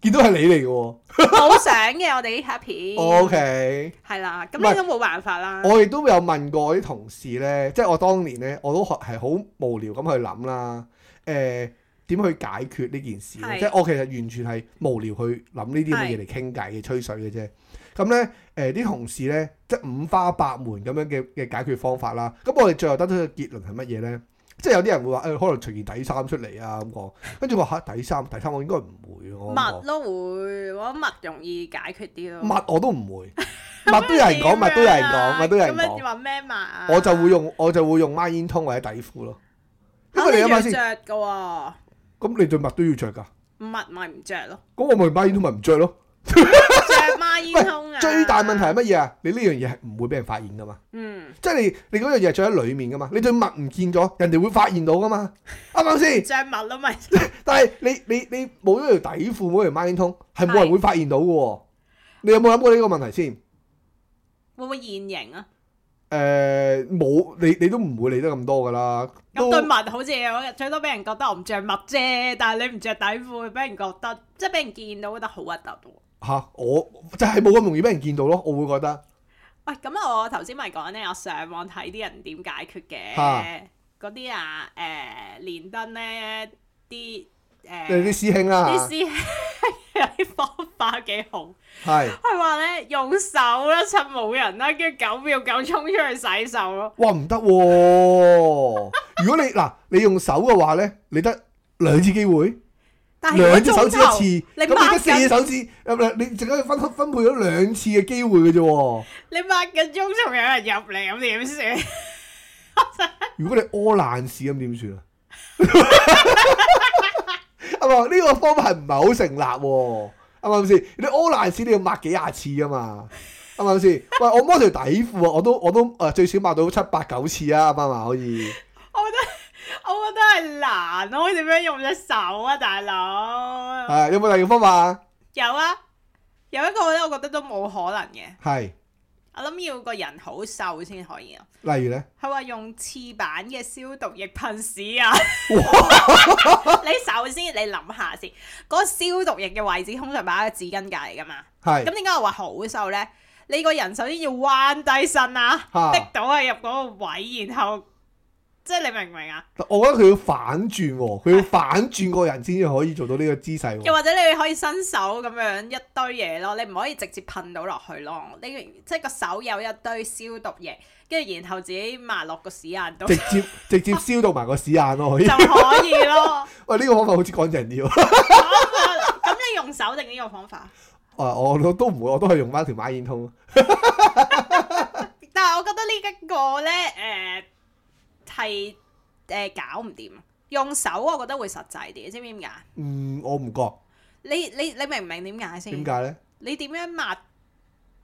A: 見到係你嚟嘅喎。
B: 好想嘅我哋啲 happy。
A: O K，
B: 係啦，咁
A: 哦唔係哦
B: 你都冇辦法啦。
A: 我亦都有問過啲同事咧，即係我當年咧，我都學係好無聊咁去諗啦。誒、點去解決呢件事呢
B: 係
A: 即係我其實完全係無聊去諗呢啲咁嘅嘢嚟傾偈嘅吹水嘅啫。咁咧誒，啲、同事咧即係五花八門咁樣嘅嘅解決方法啦。咁我哋最後得出嘅結論係乜嘢咧？即係有啲人會話誒、可能隨件底衫出嚟啊咁講，跟住我話嚇底衫，底衫我應該唔會我諗我
B: 物咯會，我覺得物容易解決啲咯。
A: 襪我都唔會，襪都有
B: (laughs)
A: 人講，襪都有人講，襪都有人
B: 啊咁
A: 講
B: 你。話咩物啊？
A: 我就會用我就會用孖煙通或者底褲咯。因
B: 嚇，
A: 為你諗
B: 啊你
A: 下
B: 要
A: 先，
B: 着嘅喎，
A: 咁你對襪都要着㗎，
B: 物咪唔着咯，
A: 咁我咪孖煙通咪唔着咯。
B: 着孖煙
A: (laughs)
B: 通啊！
A: 最大問題係乜嘢啊？你呢樣嘢係唔會俾人發現㗎嘛，
B: 嗯，
A: 即係你你嗰樣嘢係着喺裡面㗎嘛，你對襪唔見咗，人哋會發現到㗎嘛，啱唔啱
B: (laughs)
A: 先？
B: 着物咯咪。
A: 但係你你你冇咗條底褲，冇咗條孖煙通，係冇人會發現到嘅喎。你有冇諗過呢個問題先？
B: 會唔會現形啊？
A: 誒冇、你你都唔會理得咁多㗎啦。
B: 咁
A: 都
B: 對襪好似我最多俾人覺得我唔着襪啫，但係你唔着底褲，俾人覺得即係俾人見到覺得好核突喎。
A: 吓、我就係冇咁容易俾人見到咯，我會覺得
B: 喂，咁啊我頭先咪講咧，我上網睇啲人點解決嘅
A: 嚇，
B: 嗰啲啊誒、連登咧啲
A: 你
B: 誒
A: 啲師兄啦、
B: 啲
A: 啊，
B: 師兄有啲方法幾好，
A: 係。
B: 佢話咧用手啦，趁冇人啦，跟住九秒九衝出去洗手咯。
A: 哇唔得喎！如果你嗱你用手嘅話咧，你得兩次機會，
B: 但係啊如果
A: 兩隻手
B: 中
A: 指
B: 途
A: 一次，
B: 你
A: 咁你
B: 抹
A: 得四隻
B: 緊
A: 手指，誒你淨係分分配咗兩次嘅機會嘅啫喎。
B: 你抹緊中途有人入嚟，咁點算？
A: 如果你屙爛屎咁點算啊？ (laughs) 係嘛？呢個方法係唔係好成立喎？啱唔啱先？你屙爛屎你要抹幾廿次啊嘛？啱唔啱先？喂，我摸條底褲啊，我都我都誒、呃最少抹到七八九次啊，啱唔啱啊？可以。
B: 我覺得係難咯，點樣用隻手啊，大佬？
A: 係有冇第二個方法？
B: 有啊，有一個咧，我覺得都冇可能嘅。
A: 係，
B: 我諗要個人好瘦先可以啊。
A: 例如咧，
B: 佢話用廁板嘅消毒液噴屎啊！你首先你諗下先，嗰、個消毒液嘅位置通常擺喺個紙巾隔離噶嘛。咁
A: 係
B: 點解我話好瘦呢？你個人首先要彎低身啊，
A: 嚇
B: 逼到係入嗰個位，然後即係你明唔明啊？
A: 我覺得佢要反轉喎，佢要反轉個人先至可以做到呢個姿勢
B: 又
A: 喎。
B: 或者你可以伸手咁樣一堆嘢咯，你唔可以直接噴到落去咯。你即係個手有一堆消毒液，跟住然後自己抹落個屎眼度就
A: 直接直接燒到埋個屎眼咯，可以。
B: 可以咯。
A: (laughs) 喂，呢個方法好似乾淨啲喎。 (laughs)
B: 咁你用手定呢個方法？
A: 啊，我我都唔會，我都係用翻條馬煙通。
B: 但係我覺得呢一個咧誒係誒搞唔掂，用手我覺得會實際啲，知唔知點解？
A: 嗯，我唔覺
B: 你你你明唔明點解先？
A: 點解咧？
B: 你點樣抹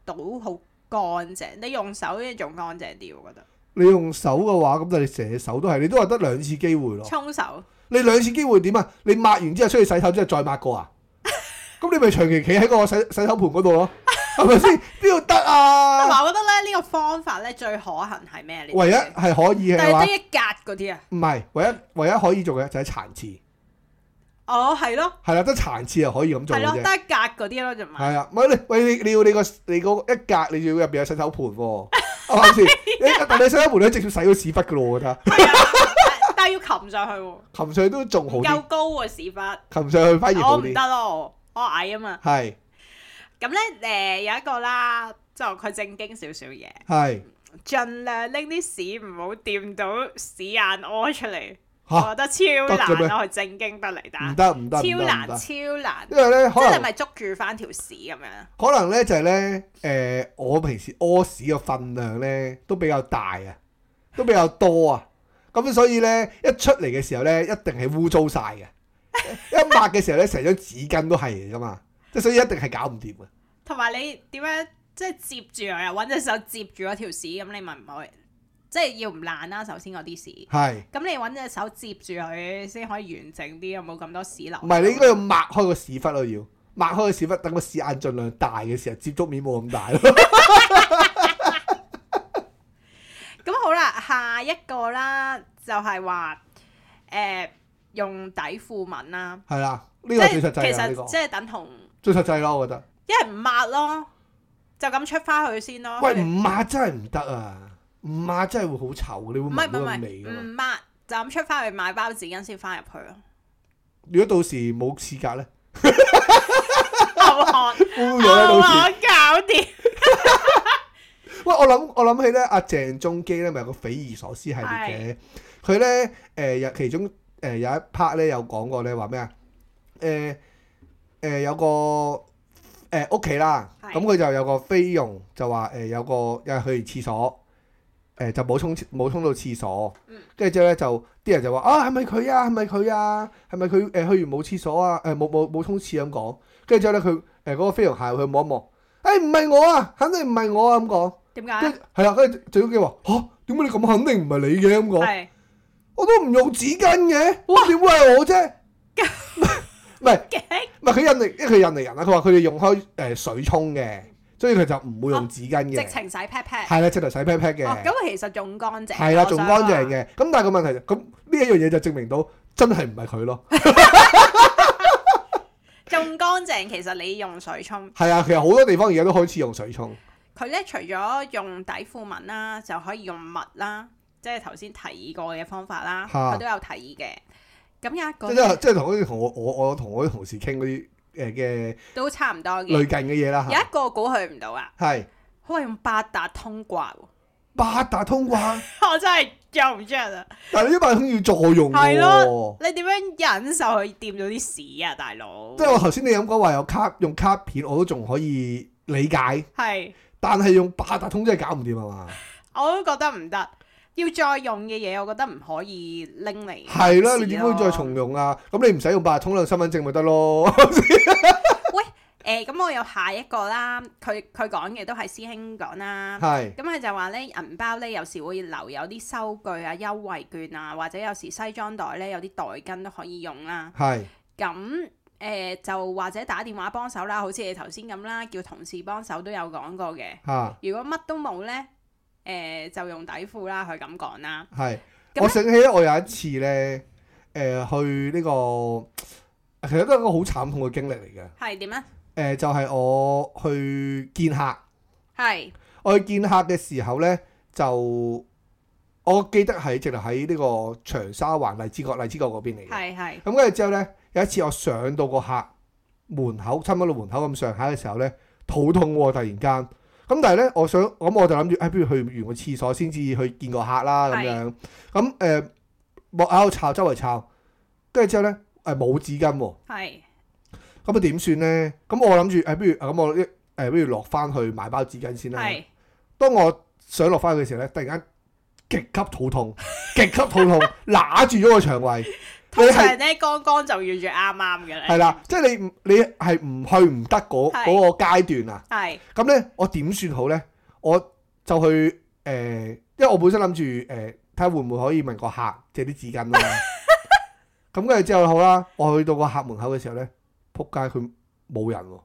B: 到好乾淨？你用手呢仲乾淨啲，我覺得。
A: 你用手嘅話，咁但係你成隻手都係，你都係得兩次機會咯。
B: 沖手。
A: 你兩次機會點啊？你抹完之後出去洗手之後再抹過
B: (laughs)
A: 啊？咁你咪長期企喺個洗洗手盆嗰度咯，係咪
B: (laughs)
A: 先？邊度得
B: 同
A: 啊？
B: 埋我覺得咧，呢個方法咧最可行係咩咧？
A: 唯一係可以
B: 但
A: 嘅話
B: 係，得一格嗰啲啊。
A: 唔係唯一唯一可以做嘅就係殘廁，
B: 哦，係咯，
A: 係啦，得殘廁係可以咁做
B: 係
A: 嘅
B: 咯，
A: 啫。
B: 得一格嗰啲咯，就咪。
A: 係啊，唔係你喂你你要你個你個一格你要入邊有洗手盆喎， (laughs) 啱唔啱先？
B: (laughs)
A: 你但你洗手盆你直接洗到屎忽噶咯，我覺得。
B: 係啊，但但係要擒上去喎，唔
A: 擒上去都仲好啲
B: 夠，高喎屎忽，
A: 擒上去反而
B: 我
A: 好
B: 唔
A: 啲。
B: 得咯，我矮啊嘛。
A: 係
B: 咁咧誒有一個啦，就佢正經少少嘢，
A: 係
B: 盡量拎啲屎唔好掂到屎眼屙出嚟。我
A: 嚇，
B: 覺得超
A: 得嘅咩
B: 難咯，係正經得嚟
A: 唔
B: 打，
A: 得唔得唔
B: 超
A: 得唔
B: 難
A: 得，
B: 超難，
A: 因為咧
B: 即
A: 可
B: 係你
A: 能。
B: 咪捉住翻條屎咁樣。
A: 可能咧就係咧，誒、我平時屙屎嘅份量咧都比較大啊，都比較多啊，咁所以咧一出嚟嘅時候咧，一定係污糟晒嘅， (laughs) 一抹嘅時候咧，成張紙巾都係嚟噶嘛，即係所以一定係搞唔掂嘅。
B: 同埋你點樣即係接住佢啊？揾隻手接住嗰條屎，咁你咪唔可以，即係要唔爛啦。首先嗰啲屎，
A: 係，
B: 咁你揾隻手接住佢先可以完整啲，有冇咁多屎流？
A: 唔係你應該要抹開個屎忽咯，要抹開個屎忽，等個屎眼盡量大嘅時候，接觸面冇咁大咯。 (laughs)
B: 咁好啦，下一個啦，就係話誒用底褲吻啦，
A: 係啦，呢、
B: 即
A: 個最實際
B: 係
A: 啊
B: 其
A: 啦，呢、個
B: 實即係等同
A: 最實際咯，我覺得。
B: 一係唔抹咯，就咁出翻去先咯。
A: 喂，唔
B: 唔
A: 抹真係唔得啊，唔抹真係會好臭，你會
B: 係
A: 聞
B: 唔
A: 到個
B: 係唔
A: 味㗎嘛
B: 係，唔抹就咁出翻去買包紙巾先翻入去
A: (laughs)
B: 咯。
A: 如果到時冇廁格咧，
B: 流汗，
A: 污咗咧到
B: 流
A: 時。
B: 汗搞掂。
A: (laughs) 喂，我諗我諗起咧，阿鄭中基咧咪有個匪夷所思系列嘅，佢咧誒有其中誒、有一 part 咧有講過咧話咩啊？誒、誒、有個誒屋企啦，
B: 係
A: 咁佢就有個菲傭就話誒、有個有去完廁所。誒就冇沖冇沖到廁所
B: 嗯，
A: 跟住之後咧就啲人就話啊係咪佢啊係咪佢啊係咪佢誒去完冇廁所啊誒冇冇冇沖廁咁講，跟住之後咧佢誒嗰個菲傭行入去望一望，誒唔係我啊，肯定唔係我啊咁講。
B: 點解
A: 跟？係啦，跟住最緊要話吓，點解你咁肯定唔係你嘅咁講？ (laughs)
B: 係
A: 我都唔用紙巾嘅，點會係我啫？ (laughs) 唔係
B: 嘅，
A: 唔係，佢印尼，因為佢印尼人啦，佢話佢哋用開誒水沖嘅，所以佢就唔會用紙巾
B: 哦直
A: 嘅，
B: 情洗 pat pat。
A: 係啦，直頭洗 pat pat
B: 哦，
A: 嘅，
B: 咁其實仲乾淨。
A: 係啦，
B: 我
A: 仲
B: 想
A: 乾淨
B: 話。
A: 嘅。咁但係個問題就咁呢一樣嘢就證明到真係唔係佢咯，
B: 仲乾淨，其實你用水沖，
A: 係啊，其實好多地方而家都開始用水沖，
B: 佢咧除咗用底褲紋啦，就可以用襪啦，即係頭先提議過嘅方法啦，
A: 嚇
B: 佢都有提議嘅。咁有一
A: 即
B: 個
A: 係
B: 呢
A: 即係同嗰啲同我我我同我啲同事傾嗰啲誒嘅
B: 都差唔多
A: 類
B: 嘅，
A: 近嘅嘢啦
B: 有
A: 嚇，
B: 一個估佢唔到啊，
A: 係
B: 佢話用八達通刮喎， (laughs)
A: 八達通啩。
B: 我真係做唔出啊！
A: 但係呢把通要助用嘅
B: 係
A: 喎
B: 咯，你點樣忍受佢掂到啲屎啊，大佬？
A: 即係我頭先你咁講話有卡用卡片，我都仲可以理解，
B: 係。
A: 但係用八達通真係搞唔掂啊嘛！
B: 我都覺得唔得，要再用嘅嘢，我覺得唔可以拎嚟。
A: 係
B: 啊
A: 啦，你點可以再重用啊？咁你唔使用八達通啦，用身份證咪得咯。
B: 誒、誒咁、我有下一個啦，佢佢講嘅都係師兄講啦。
A: 係
B: 咁佢就話咧，銀包咧有時會留有啲收據啊、優惠券啊，或者有時西裝袋咧有啲袋巾都可以用啦。
A: 係
B: 咁誒、呃就或者打電話幫手啦，好似你頭先咁啦，叫同事幫手都有講過嘅。
A: 嚇
B: 如果乜都冇咧，誒、就用底褲啦，佢咁講啦。
A: 係。
B: 咁
A: 我醒起我有一次咧，誒、去呢、個其實都係一個好慘痛嘅經歷嚟嘅。誒、
B: 係點啊咧？
A: 就係、我去見客，
B: 係
A: 我去見客嘅時候咧，就我記得係直頭喺呢個長沙灣荔枝角、荔枝角嗰邊嚟嘅。
B: 係係
A: 咁跟住之後咧，有一次我上到個客門口，差唔多到門口咁上下嘅時候咧，肚痛喎、突然間。咁但係咧，我想咁我就諗住，誒、哎不如去完個廁所先至去見個客啦，咁樣。咁誒，莫喺度抄，周圍抄，跟住之後咧，誒、冇紙巾喎、
B: 係
A: 咁啊點算咧？咁我諗住，誒、哎不如咁我一誒、呃不如落翻去買包紙巾先啦。
B: 係
A: 當我想落翻去嘅時候咧，突然間極級肚痛， (laughs) 極級肚痛，揦住咗個腸胃。你
B: 通
A: 係
B: 常咧，剛剛就要住啱啱嘅啦。
A: 係啦，即係你唔你係唔去唔得嗰
B: 係
A: 嗰個階段啊。
B: 係
A: 咁咧，我點算好咧？我就去誒、呃因為我本身諗住誒睇下會唔會可以問個客借啲紙巾啦。咁跟住之後好啦，我去到個客門口嘅時候咧，撲街佢冇人喎，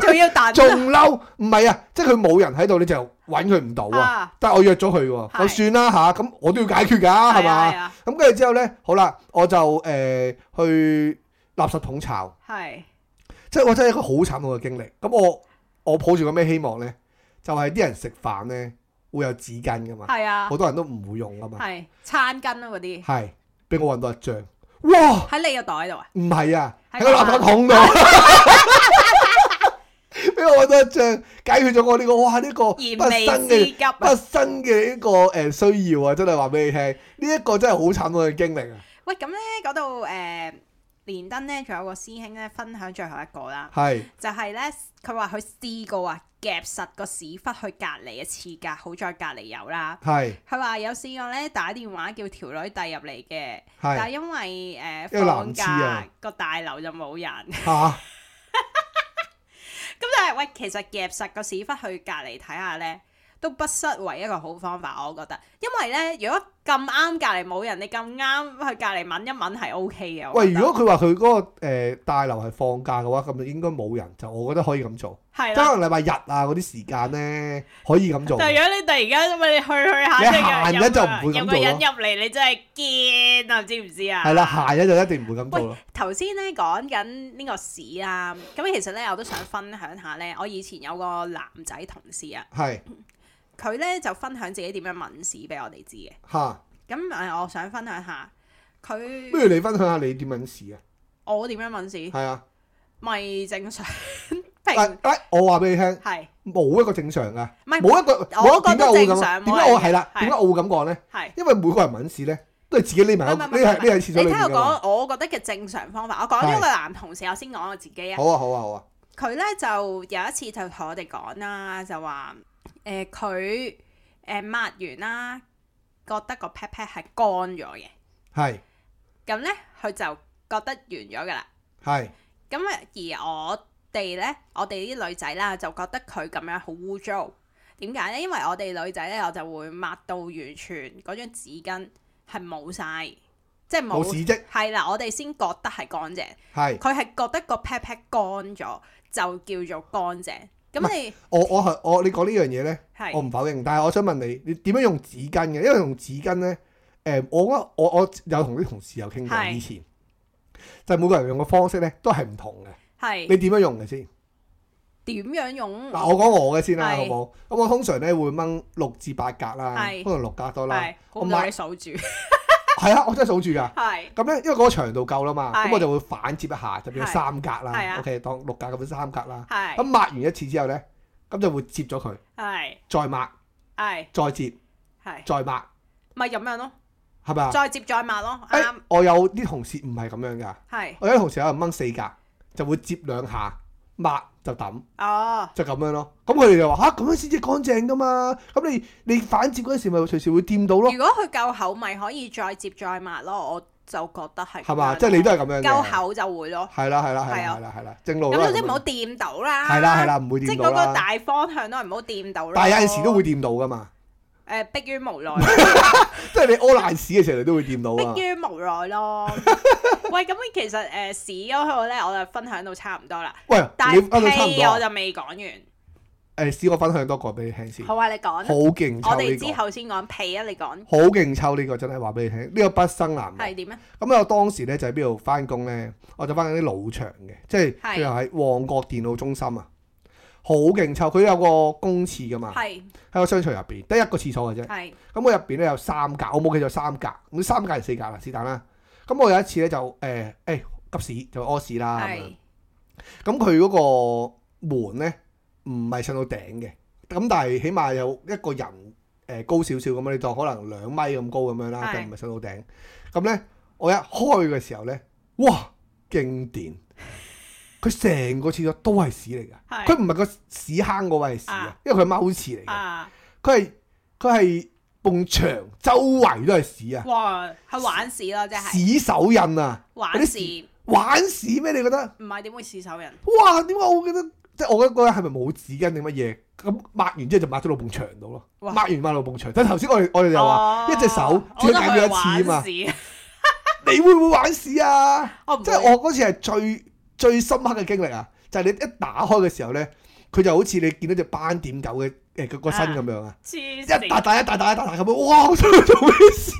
B: 仲要等
A: 仲嬲！唔係啊，即係佢冇人喺度，你就揾佢唔到啊。
B: 啊！
A: 但係我約咗佢喎，
B: 係
A: 我算啦吓，咁我都要解決㗎，係
B: 係啊係
A: 嘛？
B: 啊，
A: 咁跟住之後咧，好啦，我就誒、呃去垃圾桶抄。
B: 係
A: 即係我真係一個好慘痛嘅經歷。咁我我抱住個咩希望呢？就係、啲人食飯呢會有紙巾噶嘛，
B: 係啊
A: 好，多人都唔會用噶嘛。
B: 係餐巾啊嗰啲
A: 係，俾我揾到一張。哇！
B: 喺你個袋度啊！
A: 唔係啊，
B: 喺
A: 喺個
B: 個
A: 垃圾桶
B: (laughs)
A: 度， (laughs) 俾我揾到一張，解決咗我呢、個哇呢、個
B: 燃
A: 不
B: 眉
A: 生
B: 之
A: 嘅
B: 急啊！
A: 不生嘅呢個誒需要啊！真係話俾你聽，呢、一個真係好慘痛嘅經歷啊！
B: 喂，咁咧嗰度誒連登咧，仲有個師兄咧分享最後一個啦，
A: 係
B: 就係咧佢話佢試過啊夾實個屎忽去隔離嘅廁格，好在隔離有啦。
A: 係
B: 佢話有試過咧打電話叫條女遞入嚟嘅，但係
A: 係
B: 因為誒、呃
A: 因為男
B: 放
A: 廁啊
B: 假個大樓就冇人， (laughs)
A: 嚇
B: 咁但係喂，其實夾實個屎忽去隔離睇下咧，都不失為一個好方法，我覺得。因為咧，如果咁啱隔離冇人，你咁啱去隔離吻一吻係 O K 嘅。我
A: 喂！
B: 覺得
A: 如果佢話佢嗰個誒大樓係放假嘅話，咁就應該冇人，就我覺得可以咁做。
B: 係
A: 即係
B: 啦，
A: 可能禮拜日啊嗰啲時間咧，可以咁做。
B: 但係如啊果你突然間咁你去去下，
A: 你
B: 即係
A: 閒
B: 有
A: 咗就
B: 有
A: 唔
B: 個
A: 會咁
B: 有個
A: 做咯
B: 人入嚟，你真係驚啊！知唔知啊？
A: 係啦，閒日就一定唔會咁做咯。
B: 頭先咧講緊呢個屎啦，咁其實咧我都想分享下咧，我以前有個男仔同事啊，
A: 係
B: 佢咧就分享自己點樣抿屎俾我哋知嘅。
A: 嚇，
B: 咁誒，我想分享下
A: 不
B: 佢
A: 如你分享下你點揾事啊？
B: 我點樣抿屎，
A: 係啊，
B: 咪正
A: (laughs)
B: 常
A: 但
B: 平
A: 但我話俾你聽，
B: 係
A: 冇一個正常噶，
B: 唔係
A: 冇啊一個
B: 哎我
A: 冇一個點解我會
B: 覺得
A: 咁
B: 正
A: 啊？
B: 常
A: 點解我係啦？
B: 係
A: 點解我會咁講咧？
B: 係。
A: 因為每個人揾事咧，都係自己匿埋喺
B: 唔係唔係
A: 匿喺
B: 唔係
A: 匿喺廁
B: 你
A: 所裏
B: 聽
A: 面㗎嘛。
B: 我講，我覺得嘅正常方法，我講咗個男同事，我先講我自己啊。
A: 好啊好啊好啊，
B: 佢咧就有一次就同我哋講啦，就話誒佢誒抹完啦，覺得個 pat pat 係乾咗嘅，
A: 係
B: 咁咧佢就覺得完咗噶啦。
A: 係
B: 咁啊，而我哋咧，我哋啲女仔啦，就覺得佢咁樣好污糟。點解咧？因為我哋女仔咧，我就會抹到完全嗰張紙巾係冇晒，即係
A: 冇
B: 冇。
A: 事跡
B: 係啦，我哋先覺得係乾淨，
A: 係。
B: 佢係覺得個 pat pat 乾咗就叫做乾淨。
A: 唔
B: 咁你
A: 我我係我你講呢樣嘢咧。我
B: 係
A: 唔否認，但係我想問你，你點樣用紙巾嘅？因為用紙巾咧，誒、我覺得我我有同啲同事有傾過
B: 係
A: 以前，就係每個人用嘅方式咧都係唔同嘅。
B: 係
A: 你點樣用嘅先？
B: 點樣用？
A: 嗱，我講我嘅先啦，好
B: 係
A: 冇？咁我通常咧會掹六至八格啦，
B: 係
A: 通常六格多啦。
B: 係估唔
A: 我
B: 到
A: 買
B: 你數住，
A: 係啊，我真係數住㗎。
B: 係
A: 咁咧，因為嗰個長度夠啦嘛，
B: 係
A: 咁我就會反接一下，就變咗
B: 係
A: 三格
B: 係啊
A: 啦。OK，當六格咁樣三格啦。咁
B: 係
A: 抹完一次之後咧，咁就會接咗佢，
B: 係
A: 再抹，
B: 係
A: 再接，
B: 係，
A: 再抹，
B: 咪咁樣咯，
A: 係咪啊？哎
B: 再接再抹咯，
A: 誒、
B: 啱
A: 我有啲同事唔係咁樣㗎，
B: 係
A: 我有啲同事有人掹四格，就會接兩下抹就抌，
B: 哦
A: 就咁樣咯。咁佢哋
B: 嗯
A: 就話吓咁樣先至乾淨㗎嘛。咁你你反接嗰陣時咪隨時會掂到咯。
B: 如果佢夠厚，咪可以再接再抹咯。我就覺得係
A: 係嘛？即係你都係咁樣嘅。
B: 夠厚就會咯。
A: 係啦係啦係
B: 係
A: 啦
B: 啊
A: 係啦係啦，正路
B: 咁
A: 都係
B: 總
A: 咁
B: 之唔好
A: 樣。
B: 掂到啦。
A: 係啦係啦，唔會
B: 即係
A: 掂
B: 嗰
A: 到
B: 個
A: 啦。
B: 大方向都係唔好掂到咯。
A: 但係有陣時都會啊掂到噶嘛，
B: 誒，迫於無奈，
A: 即係你屙爛屎嘅時候你都會掂到啊
B: 迫。於無奈
A: (laughs)
B: 咯。喂，咁其實誒屎嗰個咧，我就分享到差唔多啦。
A: 喂，
B: 但
A: 你分到差唔
B: 屁
A: 多
B: 我
A: 啊。
B: 就未講完。
A: 誒，試過分享多個俾你聽先。
B: 好啊，你講
A: 好
B: 啦。
A: 勁
B: 我
A: 抽
B: 哋之
A: 呢個，
B: 後先講屁啊，你講
A: 好勁抽呢個真係話俾你聽，呢個畢生難忘
B: 係。點咧？啊
A: 咁我當時咧就喺邊度翻工咧，我就翻緊啲老場嘅，即係
B: 係
A: 譬如喺旺角電腦中心啊，好勁臭！佢有個公廁噶嘛，
B: 係
A: 喺個商場入邊得一個廁所嘅啫。
B: 係
A: 咁我入邊咧有三格，我冇記錯三格，咁三格定四格啦，是但啦。咁我有一次咧就誒誒、急屎就屙屎啦咁樣
B: 係
A: 咁佢嗰個門咧唔係上到頂嘅，咁但係起碼有一個人誒、高少少咁樣，你當可能兩米咁高咁樣啦，
B: 係
A: 但唔係上到頂。咁咧我一開嘅時候咧，哇經典！佢成個廁所都係屎嚟㗎，
B: 係
A: 佢唔係個屎坑嗰位係屎啊
B: 啊，
A: 因為佢係踎廁嚟嘅，
B: 啊！
A: 佢係佢係埲牆周圍都係屎啊，
B: 哇，係玩屎咯，即係
A: 屎手印啊，嗰
B: 玩
A: 啲
B: 屎，
A: 玩屎咩？你覺得？
B: 唔係點會屎手人？
A: 哇！點解我覺得即係我覺得嗰個係咪冇紙巾定乜嘢？咁抹完之後就抹咗落埲牆度咯，
B: 哇
A: 抹完抹落埲牆。但係頭先我哋我哋就話，
B: 哦
A: 一隻手只
B: 我都
A: 可以揀咗一次嘛 (laughs)
B: 去玩屎
A: 你會唔會玩屎啊？
B: 我唔
A: 即係我嗰次係最最深刻嘅經歷啊！就係、你一打開嘅時候咧，佢就好似你見到隻斑點狗嘅誒個個身咁樣啊，
B: 黐
A: 一大
B: 線。
A: 大一大大一大大咁樣，哇！我想做咩事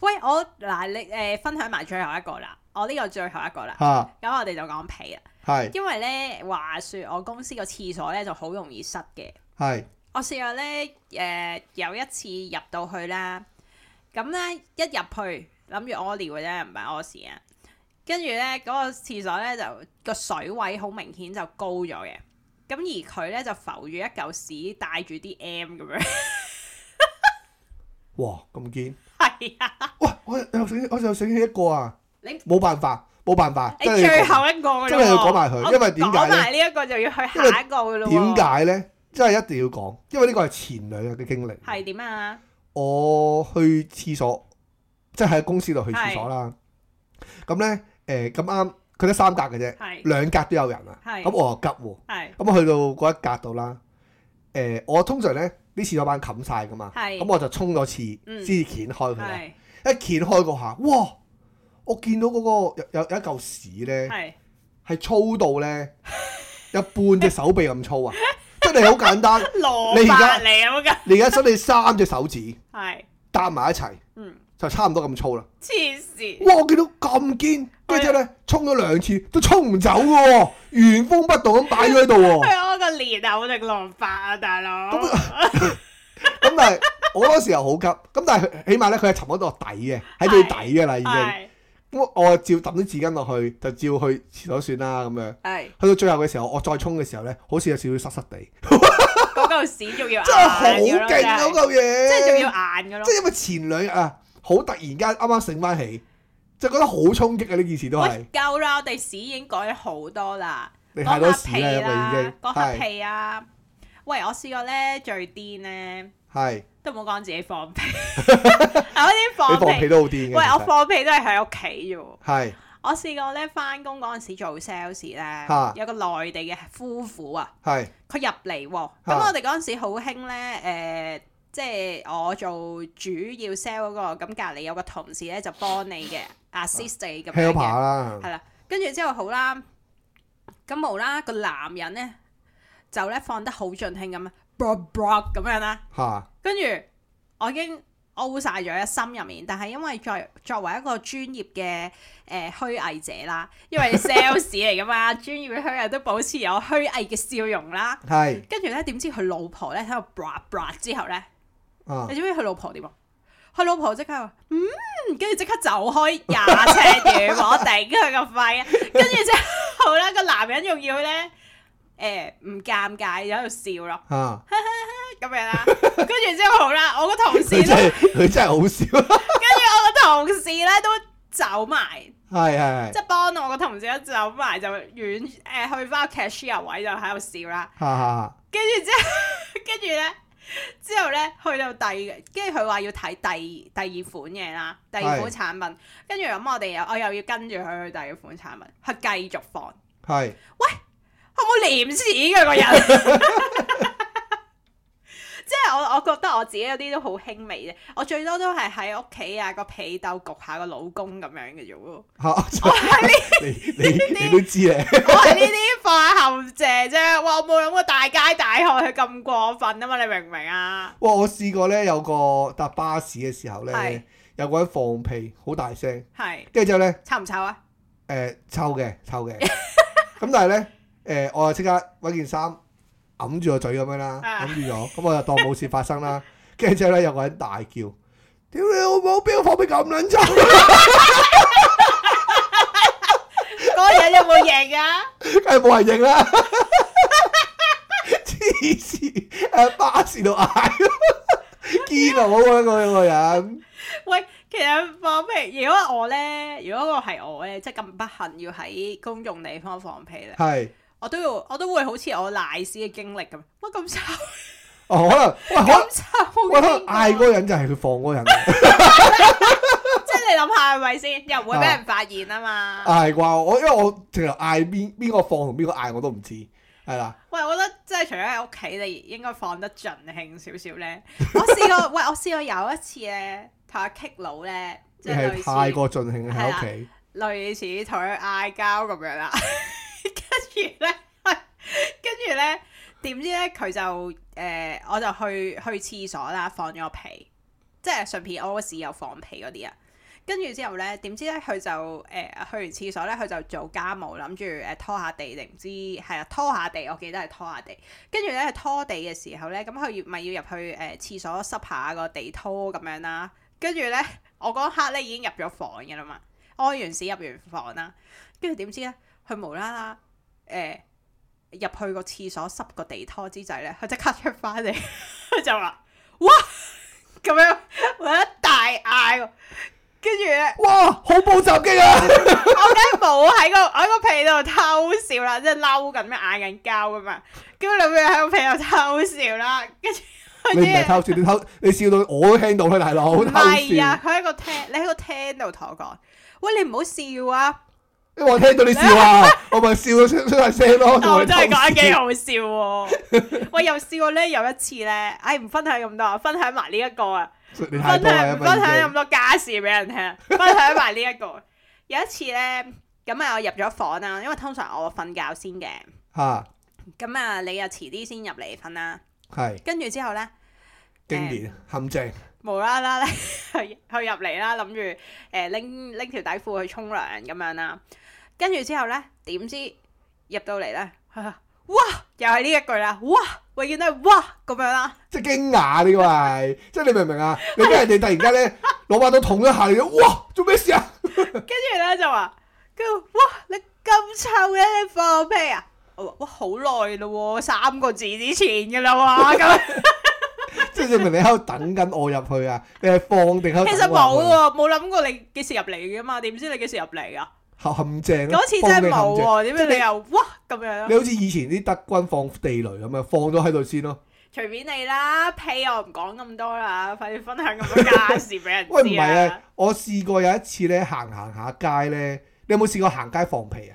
B: 喂，我嗱你誒分享埋最後一個啦，我呢個最後一個啦。
A: 啊？ (laughs)
B: 咁我哋就講屁啦，
A: 嚇係
B: 因為咧話説我公司個廁所咧就好容易塞嘅。
A: 係
B: 我試過咧誒、有一次入到去啦，咁咧一入去諗住屙尿嘅啫，唔係屙屎啊。跟住咧嗰個廁所咧就個水位好明顯就高咗嘅，咁而佢咧就浮住一嚿屎帶住啲 M 咁樣， (laughs)
A: 哇咁堅！
B: 係啊，
A: 哇！我又醒起我又醒起一個啊，
B: 你
A: 冇辦法冇辦法，
B: 你
A: 真係要
B: 最
A: 講
B: 後一個㗎
A: 真係要講埋佢
B: 我
A: 因為點解
B: 講
A: 呢
B: 埋呢一個就要去
A: 因為
B: 下一個嘅咯
A: 點
B: 喎？
A: 解咧？真係一定要講，因為呢個係前兩日嘅經歷。
B: 係點啊？
A: 我去廁所，即係喺公司度去廁所啦。咁咧，誒咁啱，佢得三格嘅啫，
B: 係
A: 兩格都有人啊。
B: 係
A: 咁我又急喎，
B: 係
A: 咁我去到嗰一格度啦。誒、我通常咧啲廁所板冚晒噶嘛，
B: 係
A: 咁我就衝咗廁
B: 嗯
A: 先至掀開佢啦。
B: 係
A: 一掀開嗰下，哇！我見到嗰、個有有有一嚿屎咧。
B: 係
A: 係粗到咧，有半隻手臂咁粗啊！ (laughs) 即係你好簡單，
B: 蘿
A: 你而家
B: 蔔嚟咁㗎，
A: 你而家想你三隻手指
B: 係
A: 搭埋一齊，
B: 嗯
A: 就差唔多咁粗啦。
B: 黐線。
A: 哇！我見到咁堅，跟住之後
B: 啊
A: 咧，衝咗兩次都衝唔走嘅喎，原封不動咁擺咗喺度
B: (laughs)
A: 喎。
B: 佢我個蓮啊藕定蘿蔔啊，大佬。
A: 咁但係我嗰時又好急，咁但係起碼咧佢係沉咗到底嘅，喺最底嘅啦已經。
B: 係
A: 咁我我照揼啲紙巾落去，就照去廁所算啦咁樣。
B: 係
A: 去到最後嘅時候，我再衝嘅時候咧，好似有少少濕濕地，
B: 嗰嚿屎仲要硬
A: 真係好
B: 嘅咯
A: 勁啊嗰
B: 真係
A: 嚿嘢，
B: 即係仲要硬嘅咯
A: 即。係因為前兩日啊，好突然間啱啱醒翻起，就覺得好衝擊啊！呢件事都係
B: 喂，夠啦！我哋屎已經改咗好多啦，
A: 你太多屎
B: 講
A: 啦，因
B: 下
A: 為已
B: 屁啦
A: 經，
B: 講下
A: 係
B: 屁啊！喂，我試過咧最癲咧，
A: 係
B: 都冇講自己放
A: (laughs)
B: 屁，我啲
A: 你
B: 放
A: 放屁
B: 屁。
A: 都好癲嘅。
B: 喂，我
A: 其實
B: 放屁都係喺屋企啫喎。
A: 係
B: 我試過咧翻工嗰陣時做 sales
A: 嚇
B: 咧，有個內地嘅夫婦啊。
A: 係
B: 佢入嚟喎，咁
A: 啊
B: 我哋嗰陣時好興咧，誒、即係我做主要 sell 嗰、個，咁隔離有個同事咧就幫你嘅 assist 你咁樣
A: helper
B: 嘅，
A: 啦，
B: 係啦，跟住之後好啦，咁無啦個男人咧就咧放得好盡興咁啊 b r o b r o 咁樣啦，
A: 嚇
B: 跟住我已經 O 晒咗喺心入面，但係因為作作為一個專業嘅誒、呃、虛偽者啦，因為 sales 嚟噶嘛，專業嘅虛偽都保持有虛偽嘅笑容啦。
A: 係
B: 跟住咧，點知佢老婆咧喺度 bra bra 之後咧，
A: 啊
B: 你知唔知佢老婆點啊？佢老婆即刻話：嗯，跟住即刻走開廿尺遠，我頂佢個肺啊！跟住之後咧，個男人仲要咧，誒唔尷尬喺度笑咯， (laughs)
A: 啊！
B: 咁樣啦。跟住之後好啦，我個同
A: (laughs)
B: 事
A: 佢真
B: 咧，
A: 係佢真係好笑，
B: 我個同事咧都走埋，
A: 係係
B: 即
A: 係
B: 係幫我個同事一走埋就遠誒、去翻 cashier 位就喺度笑啦。
A: 哈哈
B: (laughs) 跟住之後，跟住咧，之後咧去到第，跟住佢話要睇第二第二款嘢啦，第二款產品，跟住咁我哋又我又要跟住佢去第二款產品，佢繼續放，
A: 係
B: 好冇廉恥嘅個人。 (laughs) 即係我，我覺得我自己有啲都好輕微啫，我最多都係喺屋企啊個被竇焗下個老公咁樣嘅啫喎。
A: 嚇， (laughs) 你你你都知咧，
B: 我係呢啲化後姐啫，哇！我冇諗過大街大巷佢咁過分啊嘛，你明唔明啊？
A: 哇！我試過咧，有個搭巴士嘅時候
B: 係
A: 咧，有個人放屁，好大聲，
B: 係
A: 跟住之後咧。
B: 臭唔臭啊？
A: 誒臭嘅臭嘅，咁但係咧誒，我就即刻揾件衫揞住個嘴咁樣啦，
B: 啊
A: 揞住咗，咁我就當冇事發生啦。 (laughs) 跟住之後咧，有個人大叫：屌你老母，邊個放屁咁撚臭？ (laughs)
B: 嗰個人有冇贏啊？
A: 梗係冇人認啦！ (laughs) 黐線喺巴士度嗌，見到啊嗰個人，
B: (laughs) 喂，其實放屁，如果我咧，如果我係我咧，即係咁不幸要喺公眾地方放屁咧，
A: 係
B: 我都要，我都會好似我賴屎嘅經歷咁，哇咁臭，
A: 哦，可能喂可
B: (laughs) 咁臭
A: 我可能嗌
B: 嘅經
A: 嗰
B: 過，
A: 個人就係佢放嗰個人， (laughs)
B: 即係你諗下係咪先？又唔會俾人發現啊嘛。
A: 嗌啩我，因為我直頭嗌邊邊個放同邊個嗌我都唔知，係啦。
B: 喂，我覺得即係除咗喺屋企，你應該放得盡興少少咧。我試過，喂，我試過有一次咧，同阿 Kick 佬咧，即
A: 你
B: 係
A: 係
B: 類
A: 太
B: 似啊
A: 過盡興喺屋企，
B: 類似同佢嗌交咁樣啦。 (laughs) 跟住咧， (laughs) 跟住咧，點知咧佢就誒、呃我就去去廁所啦，放咗個屁，即係順便屙屎又放屁嗰啲啊。跟住之後咧，點知咧佢就誒、呃去完廁所咧，佢就做家務，諗住誒拖下地定唔知係啊拖下地，我記得係拖下地。跟住咧佢拖地嘅時候咧，咁佢要咪要入去誒、呃、廁所濕下個地拖咁樣啦。跟住咧，我嗰刻咧已經入咗房嘅啦嘛，屙完屎入完房啦。跟住點知咧，啊佢無啦啦誒入去個廁所濕個地拖之際咧，佢即刻出翻嚟， (laughs) 佢就話：哇！咁樣我一大嗌喎，跟住咧。
A: 哇！恐怖襲擊
B: (laughs)
A: 啊！
B: 我梗係冇喺個喺個被度偷笑啦，即係嬲緊咩嗌緊交噶嘛，跟住你咪喺個被度偷笑啦，跟住
A: 你唔係偷笑，你偷你笑到我都聽到啦，大佬
B: 唔
A: 偷
B: 係
A: 笑
B: 啊，，佢喺個廳，你喺個廳度同我講，喂你唔好笑啊，
A: 因為我聽到你笑
B: (laughs)
A: 啊，我咪笑到出出晒聲咯。
B: 啊但我哦真係講得幾
A: 好，
B: 好笑喎、 (laughs) 喂又試過咧有一次咧，唉唔分享咁多，分享埋呢一個啊。
A: 你太
B: 分
A: 多啦，因
B: 享唔
A: 為已
B: 分享咁
A: 經
B: 多家事俾人聽， (laughs) 分享埋呢一個。有一次咧，咁啊我入咗房啦，因為通常我瞓覺先嘅，
A: 嚇
B: 咁啊你又遲啲先入嚟瞓啦。
A: 係
B: 跟住之後咧，
A: 經典陷阱，
B: 無啦啦 (laughs) 咧去去入嚟啦，諗住誒拎拎條底褲去沖涼咁樣啦。跟住之後咧，點知入到嚟咧， (laughs) 哇！又係呢一句啦，哇！永遠都係哇咁樣啦。
A: 即係驚訝呢個係，即係你明唔明啊？你俾人哋突然間咧 (laughs) 攞把刀捅一下你，哇！做咩事啊？ (laughs)
B: 跟住咧就話，跟住哇！你咁臭嘅，你放屁啊！我話哇，好耐咯喎，三個字之前嘅啦喎，咁
A: 即係證明你喺度等緊我入去啊！你係放定喺度
B: 其
A: 等
B: 實
A: 我
B: 冇
A: 入去？
B: 喎，冇諗過你幾時入嚟嘅嘛？點知你幾時入嚟啊？
A: 陷陷阱
B: 嗰次真係
A: 放
B: 冇
A: 定陷阱
B: 喎，點解
A: 即係
B: 你又哇咁樣啊
A: 你好似以前啲德軍放地雷咁樣，放咗喺度先咯。
B: 隨便你啦，屁我唔講咁多啦，快啲分享咁多家事俾人
A: 喂，唔
B: 知
A: 係
B: 啊
A: 啊！！我試過有一次咧，行行下街咧，你有冇試過行街放屁啊？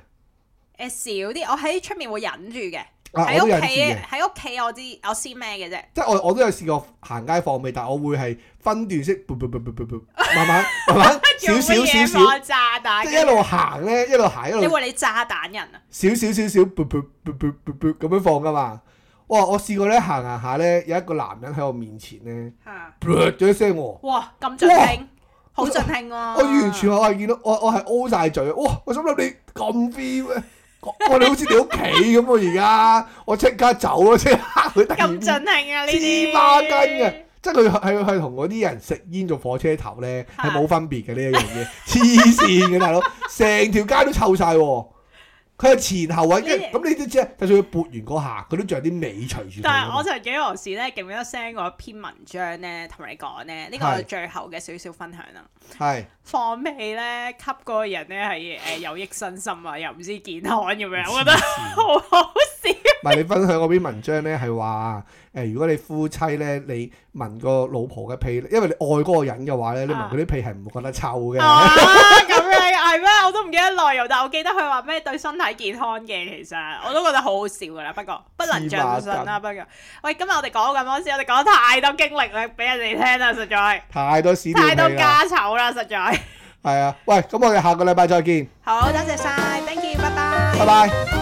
B: 誒少啲，我喺出面會忍住嘅，
A: 啊，我
B: 喺
A: 都
B: 屋
A: 有試
B: 企
A: 嘅，
B: 喺屋企我知我先咩嘅啫，
A: 即係我我都有試過行街放屁，但我會係分段式，噗噗噗噗噗噗慢慢慢慢少少
B: 做乜
A: 少
B: 嘢放
A: 少，
B: 炸彈
A: 即
B: 嘅
A: 係一路行咧，一路行一
B: 你
A: 路
B: 話你炸彈人啊？
A: 少少少少，噗噗噗噗噗噗咁樣放噶嘛。哇！我試過咧行行下咧，有一個男人喺我面前咧，
B: 嚇！
A: 噗咗一聲喎。
B: 哇，咁盡興，好盡興喎！
A: 我完全我係見到我我係 O 晒嘴，哇！我心諗你咁 feel 咩？我我哋好似你屋企咁喎，而家 (laughs) 我即刻走咯，即刻 (laughs) 佢突然
B: 咁盡興啊！呢啲
A: 黐孖筋嘅，即係佢係係同嗰啲人食煙做火車頭咧
B: 嚇
A: 係冇分別嘅呢一樣嘢， (laughs) 黐線嘅大佬，成條街都臭晒喎！佢係前後位，跟
B: 呢啲
A: 咁你都知啊，就算佢撥完嗰下，佢都仲有啲尾隨住佢㗎嘛。
B: 但係我就幾何時咧，記唔記得 send 過一篇文章咧，同你講咧，呢個
A: 係
B: 係最後嘅少少分享啊啦。
A: 係
B: 放屁咧，吸嗰呃個人咧係誒有益身心啊，又唔知健康咁樣，我覺得
A: 黐線
B: 好好笑。
A: 唔係你分享嗰篇文章咧，係話誒，如果你夫妻咧，你聞個老婆嘅屁，因為你愛嗰個人嘅話咧，你聞
B: 啊
A: 佢啲屁係唔會覺得臭嘅。 (laughs)
B: 啊，咁樣係咩？我都唔記得內容，但我記得佢話咩對身體健康嘅，其實我都覺得好好笑噶啦。不過不能像信啦，不過喂，今日我哋講咁多先，我哋講太多經歷啦，俾人哋聽啦，實在
A: 太多屎尿
B: 太多
A: 味啦，
B: 家醜啦，實在。
A: 係啊！喂，咁我哋下個禮拜再見，
B: 好，多謝晒，thank you，拜拜
A: 拜。拜。